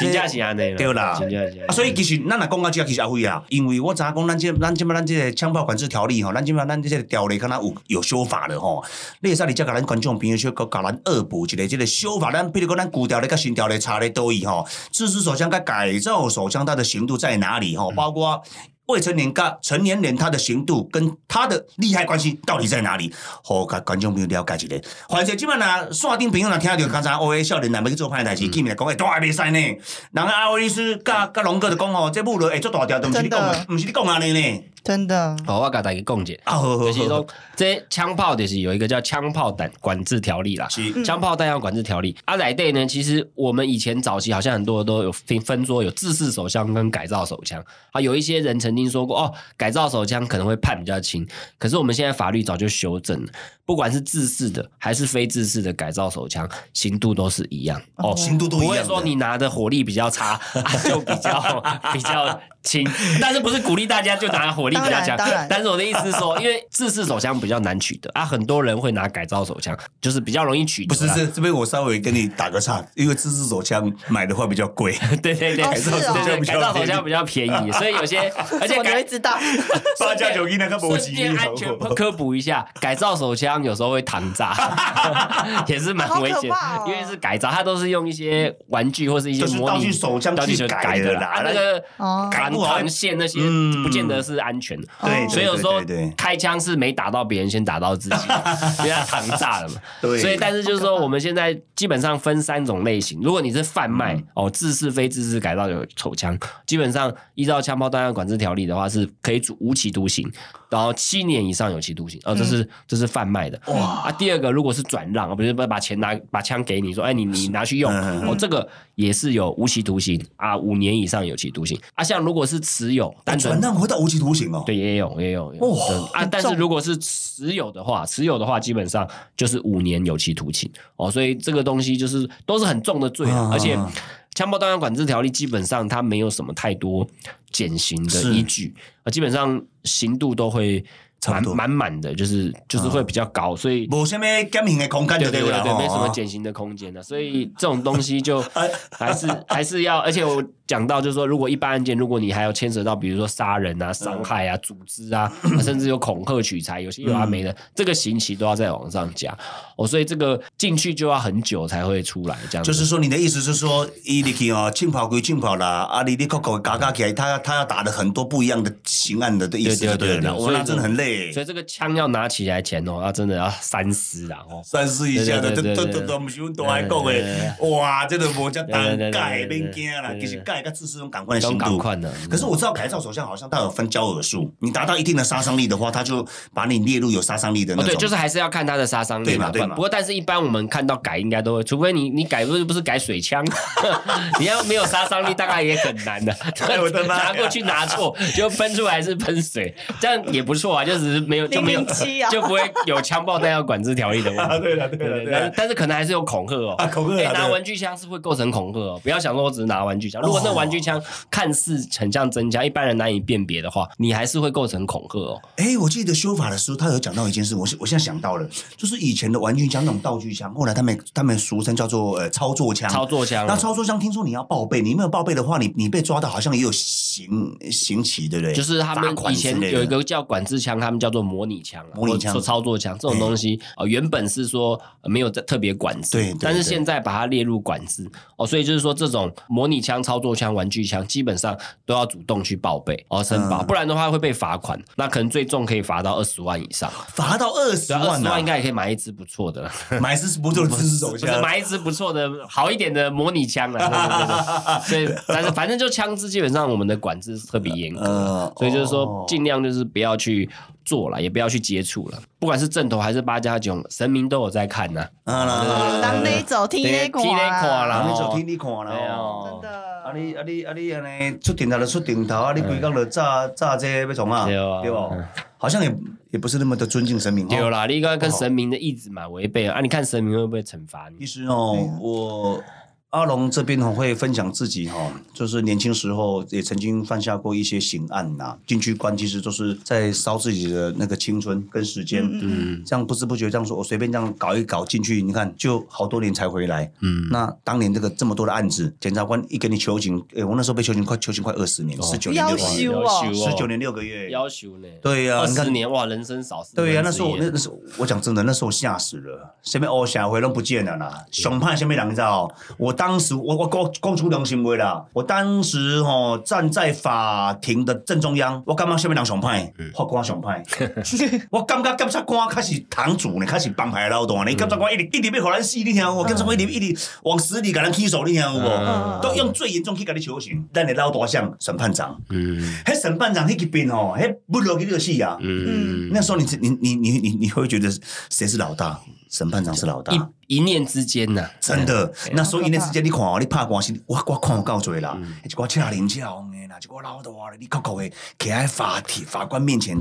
真正是安尼啦，对啦真正是安尼。啊，所以其实咱若讲到这，其实阿辉啊，因为我知影讲咱这咱这摆咱这个枪炮管制条例吼，咱这摆咱这个条例，敢若有有修法了吼。你会使你再甲咱观众朋友去甲咱恶补一个这个修法，咱比如讲咱旧条例甲新条例差咧多伊吼，自制手枪甲改造手枪它的刑度在哪里吼？包括。未成年跟成年人他的刑度跟他的利害关系到底在哪里？好，甲观众朋友了解一下。反正即摆若线顶朋友若听到刚才乌的少年人要去做歹代志，见面讲诶，都还袂使呢。人家阿威律师甲甲龙哥就讲吼，这舞落会做大条，都毋是你讲真的的，毋是你讲安尼呢。真的，好，哦我甲大家讲解，啊，好 好好就是好说，这枪炮就是有一个叫枪炮弹管制条例啦。是嗯枪炮弹药管制条例，啊，来对呢？其实我们以前早期好像很多都有分分说有自制手枪跟改造手枪啊，有一些人曾经说过哦，改造手枪可能会判比较轻，可是我们现在法律早就修正了，不管是自制的还是非自制的改造手枪，刑度都是一样哦，刑度都一不会样的说你拿的火力比较差、 啊就比较 比较轻，但是不是鼓励大家就拿火力比较强当然当然？但是我的意思是 说，因为自制手枪比较难取得啊，很多人会拿改造手枪，就是比较容易取得不啦。是这这边我稍微跟你打个岔，因为自制手枪买的话比较贵， 对对对，哦改是造哦手枪比较改造手枪比较便宜，所以有 些而且我你会改知道，八加九一那个搏瞬击间安全科普一下，改造手枪有时候会 膛炸，也是蛮危险好可怕哦，因为是改造，它都是用一些玩具或是一些就是模拟道具手枪道具去手改改的的啦啦，啊那那个哦弹不好膛线那些嗯不见得是安全的。对，哦所以有时候对对对开枪是没打到别人，先打到自 己，因为他膛炸了嘛。对所以但是就好是可说，怕我们现在基本上分三种类型。如果你是贩卖、嗯哦，自制非自制改造有手枪，基本上依照枪炮弹药管制条例的话，是可以处无期徒刑，然后七年以上有期徒刑。哦，嗯这是、这是贩卖的。哇哦啊，第二个如果是转让，不是把把钱拿把枪给你说，哎，你你拿去用，嗯哦，这个也是有无期徒刑啊，五年以上有期徒刑啊。像如果是持有单纯转让会到无期徒刑哦。对，也有也有也有哇真的啊！很但是重如果是持有的话，持有的话基本上就是五年有期徒刑哦，所以这个东西就是都是很重的罪啊嗯，而且嗯。枪炮弹药管制条例基本上它没有什么太多减刑的是依据，啊，基本上刑度都会差满不多满满的，就是就是会比较高，所以无什么减刑的哦空间对就对对对了对，吼没什么减刑的空间的、啊所以这种东 西就还是还是要，而且我讲到就是说，如果一般案件，如果你还要牵扯到比如说杀人啊、伤害啊、组 织啊，甚至有恐吓取财，有些有啊没嗯的，这个刑期都要再往上加哦，所以这个进去就要很久才会出来，这样就子是说，你的意思是说，伊入去哦，浸泡归浸泡啦，啊，你你扣扣嘎嘎起来，他他要打的很多不一样的刑案的的意思对就对对对对了。对哇，所以那真的很累所，以这个枪要拿起来前哦，要真的要三思啦哦。三思一下的，对都对对都对都对都不是阮大爱讲对对诶，哇，这个无遮对单对对改对对免惊啦对，对其实改跟自私种感官的刚刑赶度。快呢，嗯可是我知道改造首相好像它有分交耳数，你达到一定的杀伤力的话，他就把你列入有杀伤力的那哦，种。对，就是还是要看它的杀伤力对嘛对嘛不过，但是一般我们看到改应该都会，除非你你改不是不是改 水枪，你要没有杀伤力，大概也很难的。哎我的妈呀拿过去拿错，就喷出来是喷水，这样也不错啊，就只是没有就没有007啊就不会有枪爆弹药管制条例 的问啊，题。对了对了对，对但了是。但是可能还是有恐吓哦。啊，哦口渴哎、了，拿对玩具枪是会构成恐吓哦，不要想说我只是拿玩具枪。如果那玩具枪看似很像真枪，一般人难以辨别的话，你还是会构成恐吓哦。哎，我记得修法的时候，他有讲到一件事，我现我现在想到了，就是以前的玩具枪那种道具枪，后来他们他们俗称叫做呃操作枪。操作枪哦，那操作枪听说你要报备，你没有报备的话，你你被抓到好像也有刑刑期，对不对？就是他罚们款以之前类的有一个叫管制枪，他们叫做模拟枪啊，模拟或者枪说操作枪这种东西，呃，原本是说呃没有在特别管制，对对但是对现在把它列入管制哦，所以就是说这种模拟枪、操作枪、玩具枪，基本上都要主动去报备哦，申报，嗯不然的话会被罚款，那可能最重可以罚到二十万以上，罚到二十对啊，二万十呢、万应该也可以买一支不错 的了，买是不就是自制手不是枪？买一支不错的、好一点的模拟枪啊，对对对对，所以但是反正就枪支基本上我们的管制是特别严格的。 呃所以就是说哦，尽量就是不要去做了，也不要去接触了。不管是正头还是八加九，神明都有在看呐、啊啦，哦当那走听那款听那款啦啊，你就听你看啦。哎哦呦真的。啊你啊你啊你安尼出顶头就出顶头啊！你规工就炸炸这要从啊，嗯对啊对不嗯？好像也也不是那么的尊敬神明。哦对啊啦，你刚刚跟神明的意志蛮违背啊！你看神明会不会惩罚你其？实哦，对啊我阿龙这边哦会分享自己哈、哦，就是年轻时候也曾经犯下过一些刑案呐、进去关其实都是在烧自己的那个青春跟时间。嗯嗯嗯这样不知不觉，这样说，我随便这样搞一搞进去，你看就好多年才回来。嗯，那当年这个这么多的案子，检察官一给你求情，诶，我那时候被求情快求情快二十年，十九年要六个月，修哦十九年六个月，要求呢？对呀、二你十看年哇，人生少四分对啊之一啊呀、那时候我那那时候我讲真的，那时候我吓死了，什么欧下回都不见了啊啦，熊怕什么人你知道？我当时我我我讲出良心话啦，我当时哦站在法庭的正中央，我感觉什么人熊派，嗯法官熊 派，我感觉检察官较是堂主呢，较是帮派的老嗯大呢，检察官一直一直要互咱死，你听有无？检察官一直一直往死里给咱起手，你听有嗯无？都用最严重去给你求刑，咱的老大像审判长，嗯迄审判长迄一边哦，迄不落去就死啊。嗯，那时候你你你你你你会觉得谁是老大？审判长是老大，一一念之间呐、真的。那所以那好可怕时间你看哦，你拍官司，我我看有够多啦，嗯一个车零车红的啦，一个老大啦，你搞搞的，站在法庭法官面前，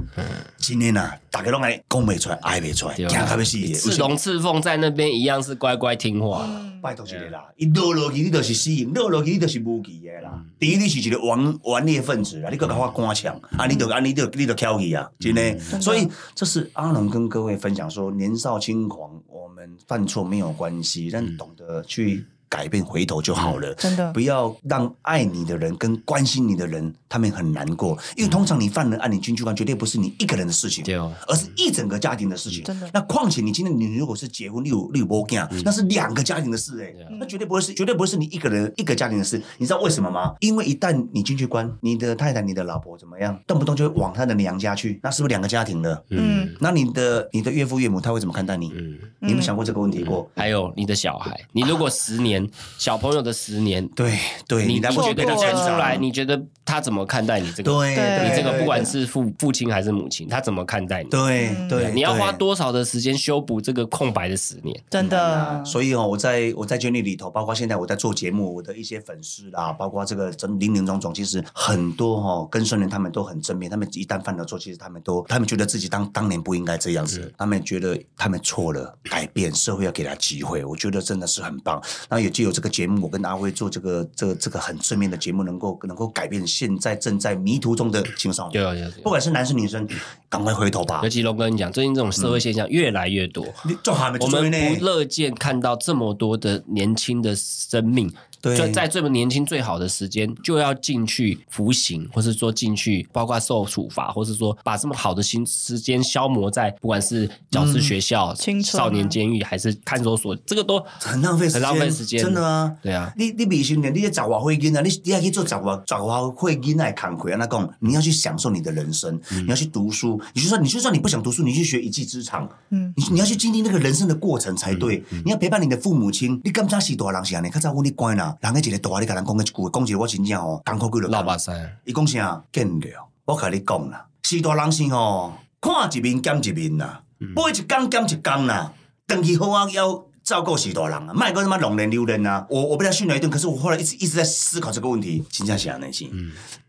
真的呐，大家拢来讲袂出来，爱袂出来，嗯对惊啊到要死的。赤龙赤凤在那边一样是乖乖听话。嗯拜托一个啦，伊落落去你就是死，落落去你就是无期的啦。第一，你是一个顽顽劣分子啦，你搁甲我官腔，啊，你就啊，你就你就翘去啊，真的。所以这是阿龙跟各位分享说，年少轻狂，我们犯错没有关系，但懂得去改变，回头就好了。真的不要让爱你的人跟关心你的人，他们很难过，因为通常你犯了案，你进去关绝对不是你一个人的事情，对哦而是一整个家庭的事情。嗯真的那况且你今天你如果是结婚，你有你有波囝，嗯那是两个家庭的事哎、对啊那绝对不会是绝对不会是你一个人一个家庭的事。你知道为什么吗？因为一旦你进去关，你的太太、你的老婆怎么样，动不动就会往她的娘家去，那是不是两个家庭了？嗯那你的你的岳父岳母他会怎么看待你？嗯。你有没有想过这个问题过？还有你的小孩，你如果十年年，小朋友的十年，对对，你来哎不及觉被得他错过牵站啊了出上来，你觉得他怎么看待你这个？对对，你这个对不管是父父亲还是母亲，他怎么看待你？对嗯对，你要花对。多少的时间修补这个空白的十年？真的，所以哦，我在我在圈里里头，包括现在我在做节目，我的一些粉丝啦，嗯包括这个真林林总总，其实很多哦，跟孙人他们都很正面。他们一旦犯了错，其实他们都他们觉得自己当当年不应该这样嗯子，他们觉得他们错了，改变社会要给他机会。我觉得真的是很棒。然后也借由这个节目，我跟阿辉做这个这个这个很正面的节目，能够能够改变现在正在迷途中的青少有年，有有不有。管是男生女嗯生，赶快回头吧啊尤。其龙哥，你讲最近这种社嗯会现象越来越多，你做还没我做嗯们呢？不乐见看到这么多的年轻的生命，对就在这么年轻最好的时间就要进去服刑，或是说进去包括受处罚，或是说把这么好的心时间消磨在不管是矫嗯治学校、青春啊少年监狱还是看守所，这个都很浪费时间，很浪费时间真的啊。对啊。你你未成年，你在十外岁囡仔，你你还去做十外十外岁囡仔的工课，安那讲，你要去享受你的人生，你要去读书，你就算你就算你不想读书，你去学一技之长，嗯，你你要去经历那个人生的过程才对，你要陪伴你的父母亲。你刚才是大人是安尼，较早阮你乖啦，人个一个大你甲人讲个一句话，讲一个我真正哦，艰苦几落。老巴山，啊伊讲啥？见了，我甲你讲啦，是大人是吼，看一面减一面啦，每一工减一工啦，长期好啊要。照顾许多人啊，卖个他妈弄人溜人啊！我我被他训了一顿，可是我后来一直一直在思考这个问题，真正是安尼是。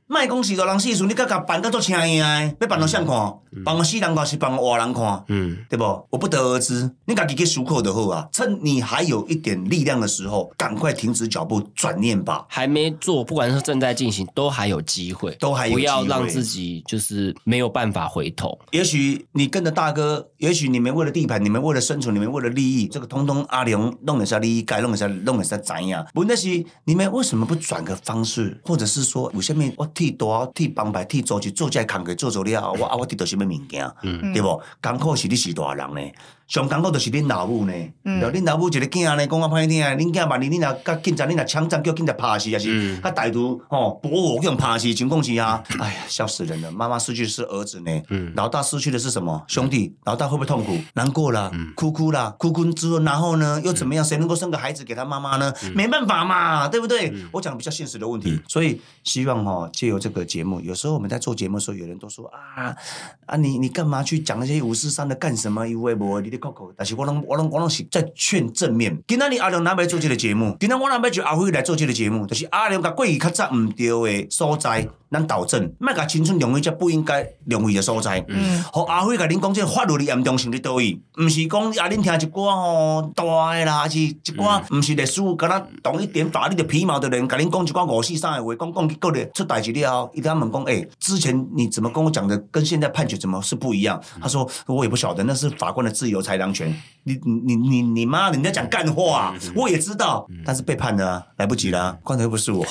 卖讲许多人是时候，你甲甲办到做青影的，要办到谁看？办个死人看是办个活人看，嗯，对不？我不得而知，你家己去思考就好啊。趁你还有一点力量的时候，赶快停止脚步，转念吧。还没做，不管是正在进行，都还有机会，都还有不机要会让自己就是没有办法回头。也许你跟着大哥，也许你们为了地盘，你们为了生存，你们为了利益，这个通通阿龙弄了下利益该弄了下弄了下怎样？问题是你们为什么不转个方式，或者是说有什么我替大替帮派替组织做这工作做做了后，我啊我得到什么物件，对不？艰苦是你是大人呢，上艰苦就是恁老母呢，嗯对恁老母一个囝呢，讲啊歹听的，恁囝万一恁若甲警察，恁若枪战叫警察拍死，也是甲歹徒吼搏火叫人拍死，情况是啊，哎呀，笑死人了！妈妈失去的是儿子呢，老大失去的是什么？兄弟，老大会不会痛苦？难过啦，哭哭啦，哭哭之后，然后呢又怎么样？谁能够生个孩子给他妈妈呢？没办法嘛，对不对？我讲比较现实的问题，所以希望哈、哦、借由这个节目，有时候我们在做节目的时候，有人都说啊啊，你你干嘛去讲那些五四三的干什么？因为我你的 Coco，但是我拢我拢我拢是在劝正面。今仔日阿龙哪要做这个节目，今仔我哪要叫阿辉来做这个节目，就是阿龙甲过去较早唔对的所在，咱导正，莫甲青春浪费这不应该浪费的所在。嗯好，阿辉甲恁讲，这个法律的严重性伫倒位，毋是讲啊恁听一寡吼大诶啦，还是一寡毋是历史，敢若同一点法律的皮毛的人，甲恁讲一寡五四三的话，讲讲个咧出代志了后，伊甲他们讲，诶、之前你怎么跟我讲的，跟现在判决怎么是不一样？他说我也不晓得，那是法官的自由裁量权。你你你你你妈，人家讲干话、啊我也知道，但是被判了、啊，来不及了、啊，关的又不是我，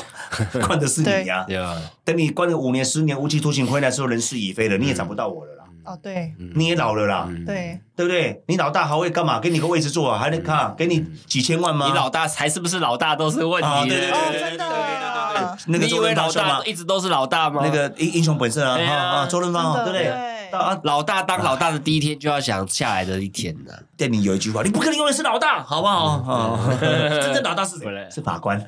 关的是你呀、对吧？等你关了五年、十年无期徒刑回来之后，人事已非了，你也找不到我了啦。哦，对你也老了啦，对，对不对？你老大还会干嘛？给你个位置坐啊，还能看啊？给你几千万吗？嗯你老大还是不是老大都是问题的。哦啊对对对哦，对真的呃啊，那个你以周为润老发说嘛大，一直都是老大吗？那个英英雄本色啊，对啊啊啊，周润发啊，真对不的对对？到啊，老大当老大的第一天就要想下来的一天呢、电影有一句话，你不可能永远是老大，好不好？ 啊，真正老大是不嗯然谁？是法 官，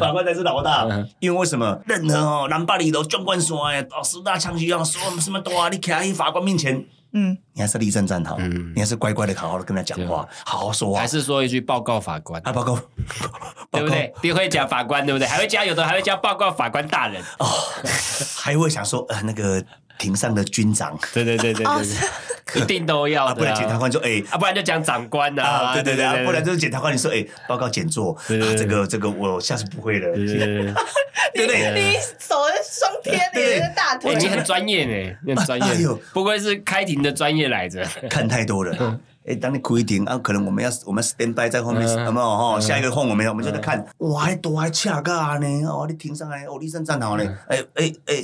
法官才是老大。因为为什么？任何哦，南巴里头军官说哎，哦，十大枪击案说什么多啊？你卡在法官面前，嗯，你还是立正站好，你还是乖乖的好好的跟他讲话，好好说话嗯啊还。是说一句报告法官，啊，报告，报对不告，对？你会讲法官，对不对？还会加有的还会加报告法 官大人，哦还会想说，呃，那个庭上的军长对对对对哦，对，是一定都要啊，不的、然检察啊。官就哎。啊，不然就讲长官呐、啊，对对对，啊不然就就是检察官，你说，哎，报告检座，啊对对对这个这个我下次不会了，对对对对不对？你手双贴你的大腿对，哎，你很专业呢，你很专哎业呦，不愧是开庭的专业来着。 看太多了。哎，当你苦一点啊，可能我们要我们 stand by 在后面，嗯有没有？哦，下一个换我们，我们就在看，哇，你多还恰噶呢？哦，你停上来，哦，你站站好嗯呢。哎哎哎，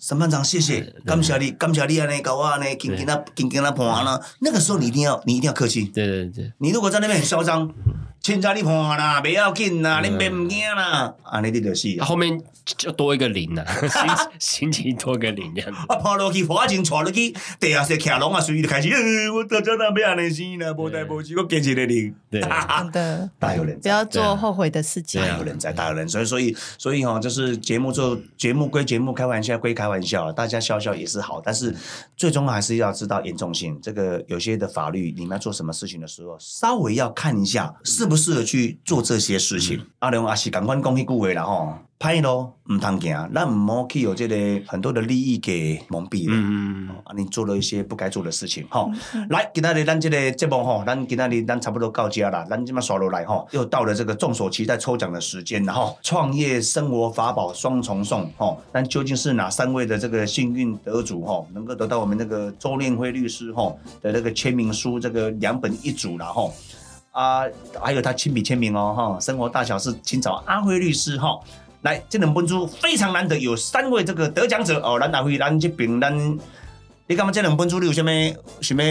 审判长，谢谢，感谢你，感谢你安尼搞我安尼，紧紧嗯啊紧紧啊判啊。那个时候你一定要，你一定要客气。对对对，你如果在那边很嚣张，凊彩你看啦，不要紧啦，你别唔惊啦，安尼你就是啊后面就多一个零呐、啊， 心心情多个零这样子。啊，爬落去，花钱带落去，地下室徛拢啊，随意就开始，呃，我到这那要安尼死啦，无代无志，我坚持咧零， 对，嗯真的大有人不在，要做后悔的事情对。大有人在，大有人在，所以所以哈、哦，就是节目做节目归节目，开玩笑归开玩笑，大家笑笑也是好，但是最终还是要知道严重性。这个有些的法律，你们要做什么事情的时候，稍微要看一下适不适合去做这些事情。啊阿龙阿是赶快讲迄句话啦吼。歹咯，唔通行，咱唔好去有这个很多的利益给蒙蔽了。嗯，嗯啊，你做了一些不该做的事情，哈、来，今天的咱这个节目哈，咱今天的咱差不多到家了，咱今嘛刷落来哈，又到了这个众所期待抽奖的时间了哈。创业生活法宝双重送哈，但究竟是哪三位的这个幸运得主哈，能够得到我们那个周念辉律师哈的那个签名书，这个两本一组了哈。啊，还有他亲笔签名哦，哈、生活大小事，请找阿辉律师哈、来，这两本书非常难得，有三位这个得奖者哦，咱阿辉，咱这边咱，你感觉这两本书你有什么什么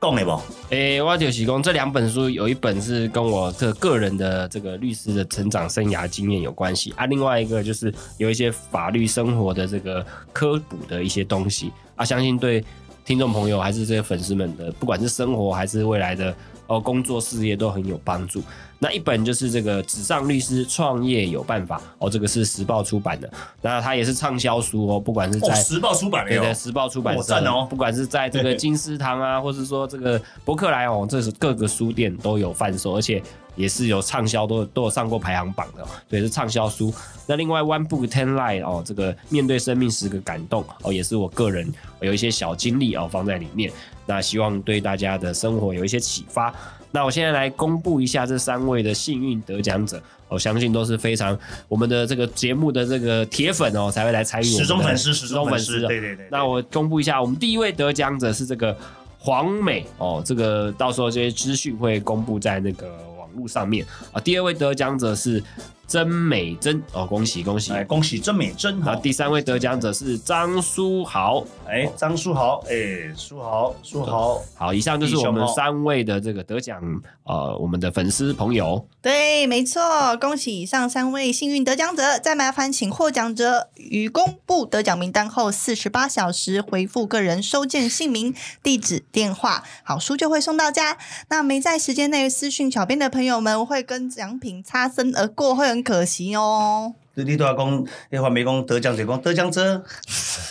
讲的不？诶、我就是讲这两本书，有一本是跟我这个人的这个律师的成长生涯经验有关系啊，另外一个就是有一些法律生活的这个科普的一些东西啊，相信对听众朋友还是这些粉丝们的，不管是生活还是未来的哦工作事业都很有帮助。那一本就是这个《纸上律师创业有办法》哦，这个是时报出版的，那它也是畅销书哦，不管是哦，在、时报出版的对哦对，，时报出版哦社赞哦不管是在这个金丝堂啊，或是说这个博客来哦，这是各个书店都有贩售，而且也是有畅销，都都有上过排行榜的、哦，对，是畅销书。那另外 One Book Ten Line 哦，这个面对生命十个感动哦，也是我个人有一些小经历哦放在里面，那希望对大家的生活有一些启发。那我现在来公布一下这三位的幸运得奖者，我、相信都是非常我们的这个节目的这个铁粉哦，才会来参与我们的始终粉丝，始始终终粉粉丝，丝的。对对对。那我公布一下，我们第一位得奖者是这个黄美哦，这个到时候这些资讯会公布在那个网络上面啊。第二位得奖者是曾美珍哦，恭喜恭喜。哎，恭喜郑美珍然哈后，第三位得奖者是张书豪，哎，张书豪，哎，书豪，书豪，好，以上就是我弟们兄哦三位的这个得奖呃，我们的粉丝朋友。对，没错，恭喜以上三位幸运得奖者，再麻烦请获奖者于公布得奖名单后四十八小时回复个人收件姓名、地址、电话，好书就会送到家。那没在时间内私讯小编的朋友们，会跟奖品擦身而过，会很可惜哦。你你都要讲，那话没讲得奖者，讲得奖者，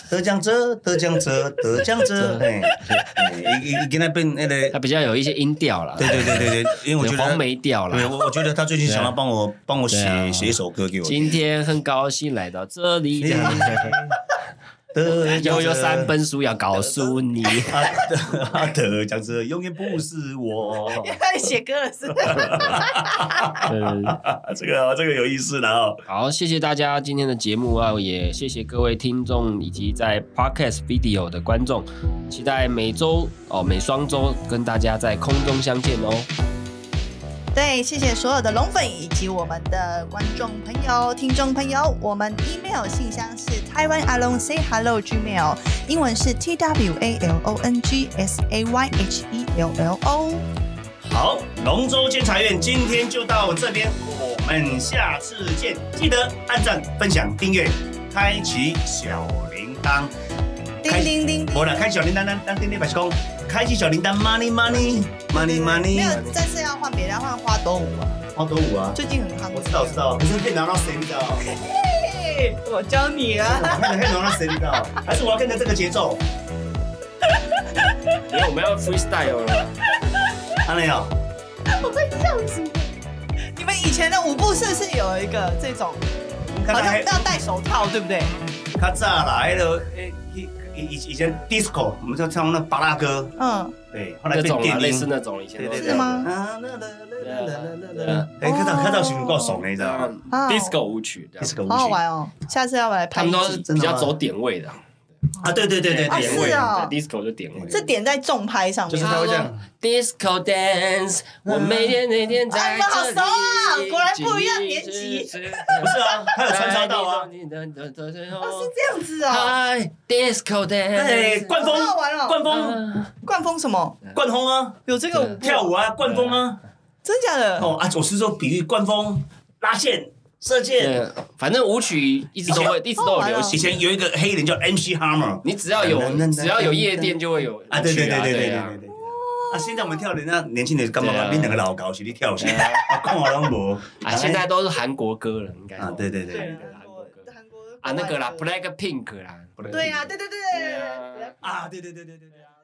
得奖者，得奖者，得奖者，哎，哎伊伊伊今天变那个他比较有一些音调啦，对对对对对，因为我觉有得他黄梅调啦对。我我觉得他最近想要帮我帮我对啊写写一首歌给我听，今天很高兴来到这里，这样得悠悠三本书要告 诉你。啊得啊得奖者永远不是我，开 始写歌了是不是？对对对啊这个这个有意思了哦。好，谢谢大家今天的节目啊，也谢谢各位听众以及在 Podcast Video 的观众，期待每周哦每双周跟大家在空中相见哦。对，谢谢所有的龙粉以及我们的观众朋友、听众朋友。我们 email 信箱是 Taiwan Alone Say Hello Gmail，英文是 T W A L O N G S A Y H E L L O。好，龙舟监察院今天就到这边，我们下次见。记得按赞、分享、订阅，开启小铃铛。叮开叮叮叮，我了，开小铃铛，当当叮铃百事公，开启小铃铛，money money money 没 money，有，这次要换别人，要换花朵舞啊，花多舞啊！最近很夯。我知道，我知。道，可是可以拿到谁你知道？嘿，我教你啊。可以拿到谁你知道？还是我要跟着这个节奏？因为我们要 freestyle 了，安哦没有？你们以前的舞步是不是有一个这种，看好像看要戴手套，对不对？他炸了，还有诶，以以以前 disco 我们就唱那巴拉歌，嗯，对，后来那变种电啊，类似音。那种以前对都对对，啊是吗哎，看到看到熊够爽的，你知道吗啊嗯啊，disco 舞曲这样， ？disco 舞好好曲玩哦，下次要不要来他拍一们集都是比较走点位的，啊，对对对对啊对点，位是哦对，disco 就点位。这点在重拍上就面是。他会这样 disco dance，我每天每天在哎我好这里熟啊果然不一样年纪。不是啊，他有穿插到啊，哦，是这样子哦。嗨，disco 哎， dance，啊冠好好玩风，哦冠风，啊灌风什么？冠风啊，有这个舞步跳舞啊，冠风啊，真假的？哦啊，我是说比喻灌风、拉线、射箭。对，反正舞曲一直都会，一直都有流以行。前有一个黑人叫 MC Hammer 你只要有嗯只要有夜店就会有啊，对对舞曲对对对对啊对对。啊，现在我们跳的那年轻人干嘛对啊？你两个老高是你 跳是，对啊啊，看我拢无。啊，现在都是韩国歌了，应该啊，对对对。韩国韩国啊那个啦国外的，Black Pink 啦，对啊，对对对对啊对。啊，对对对对对对啊。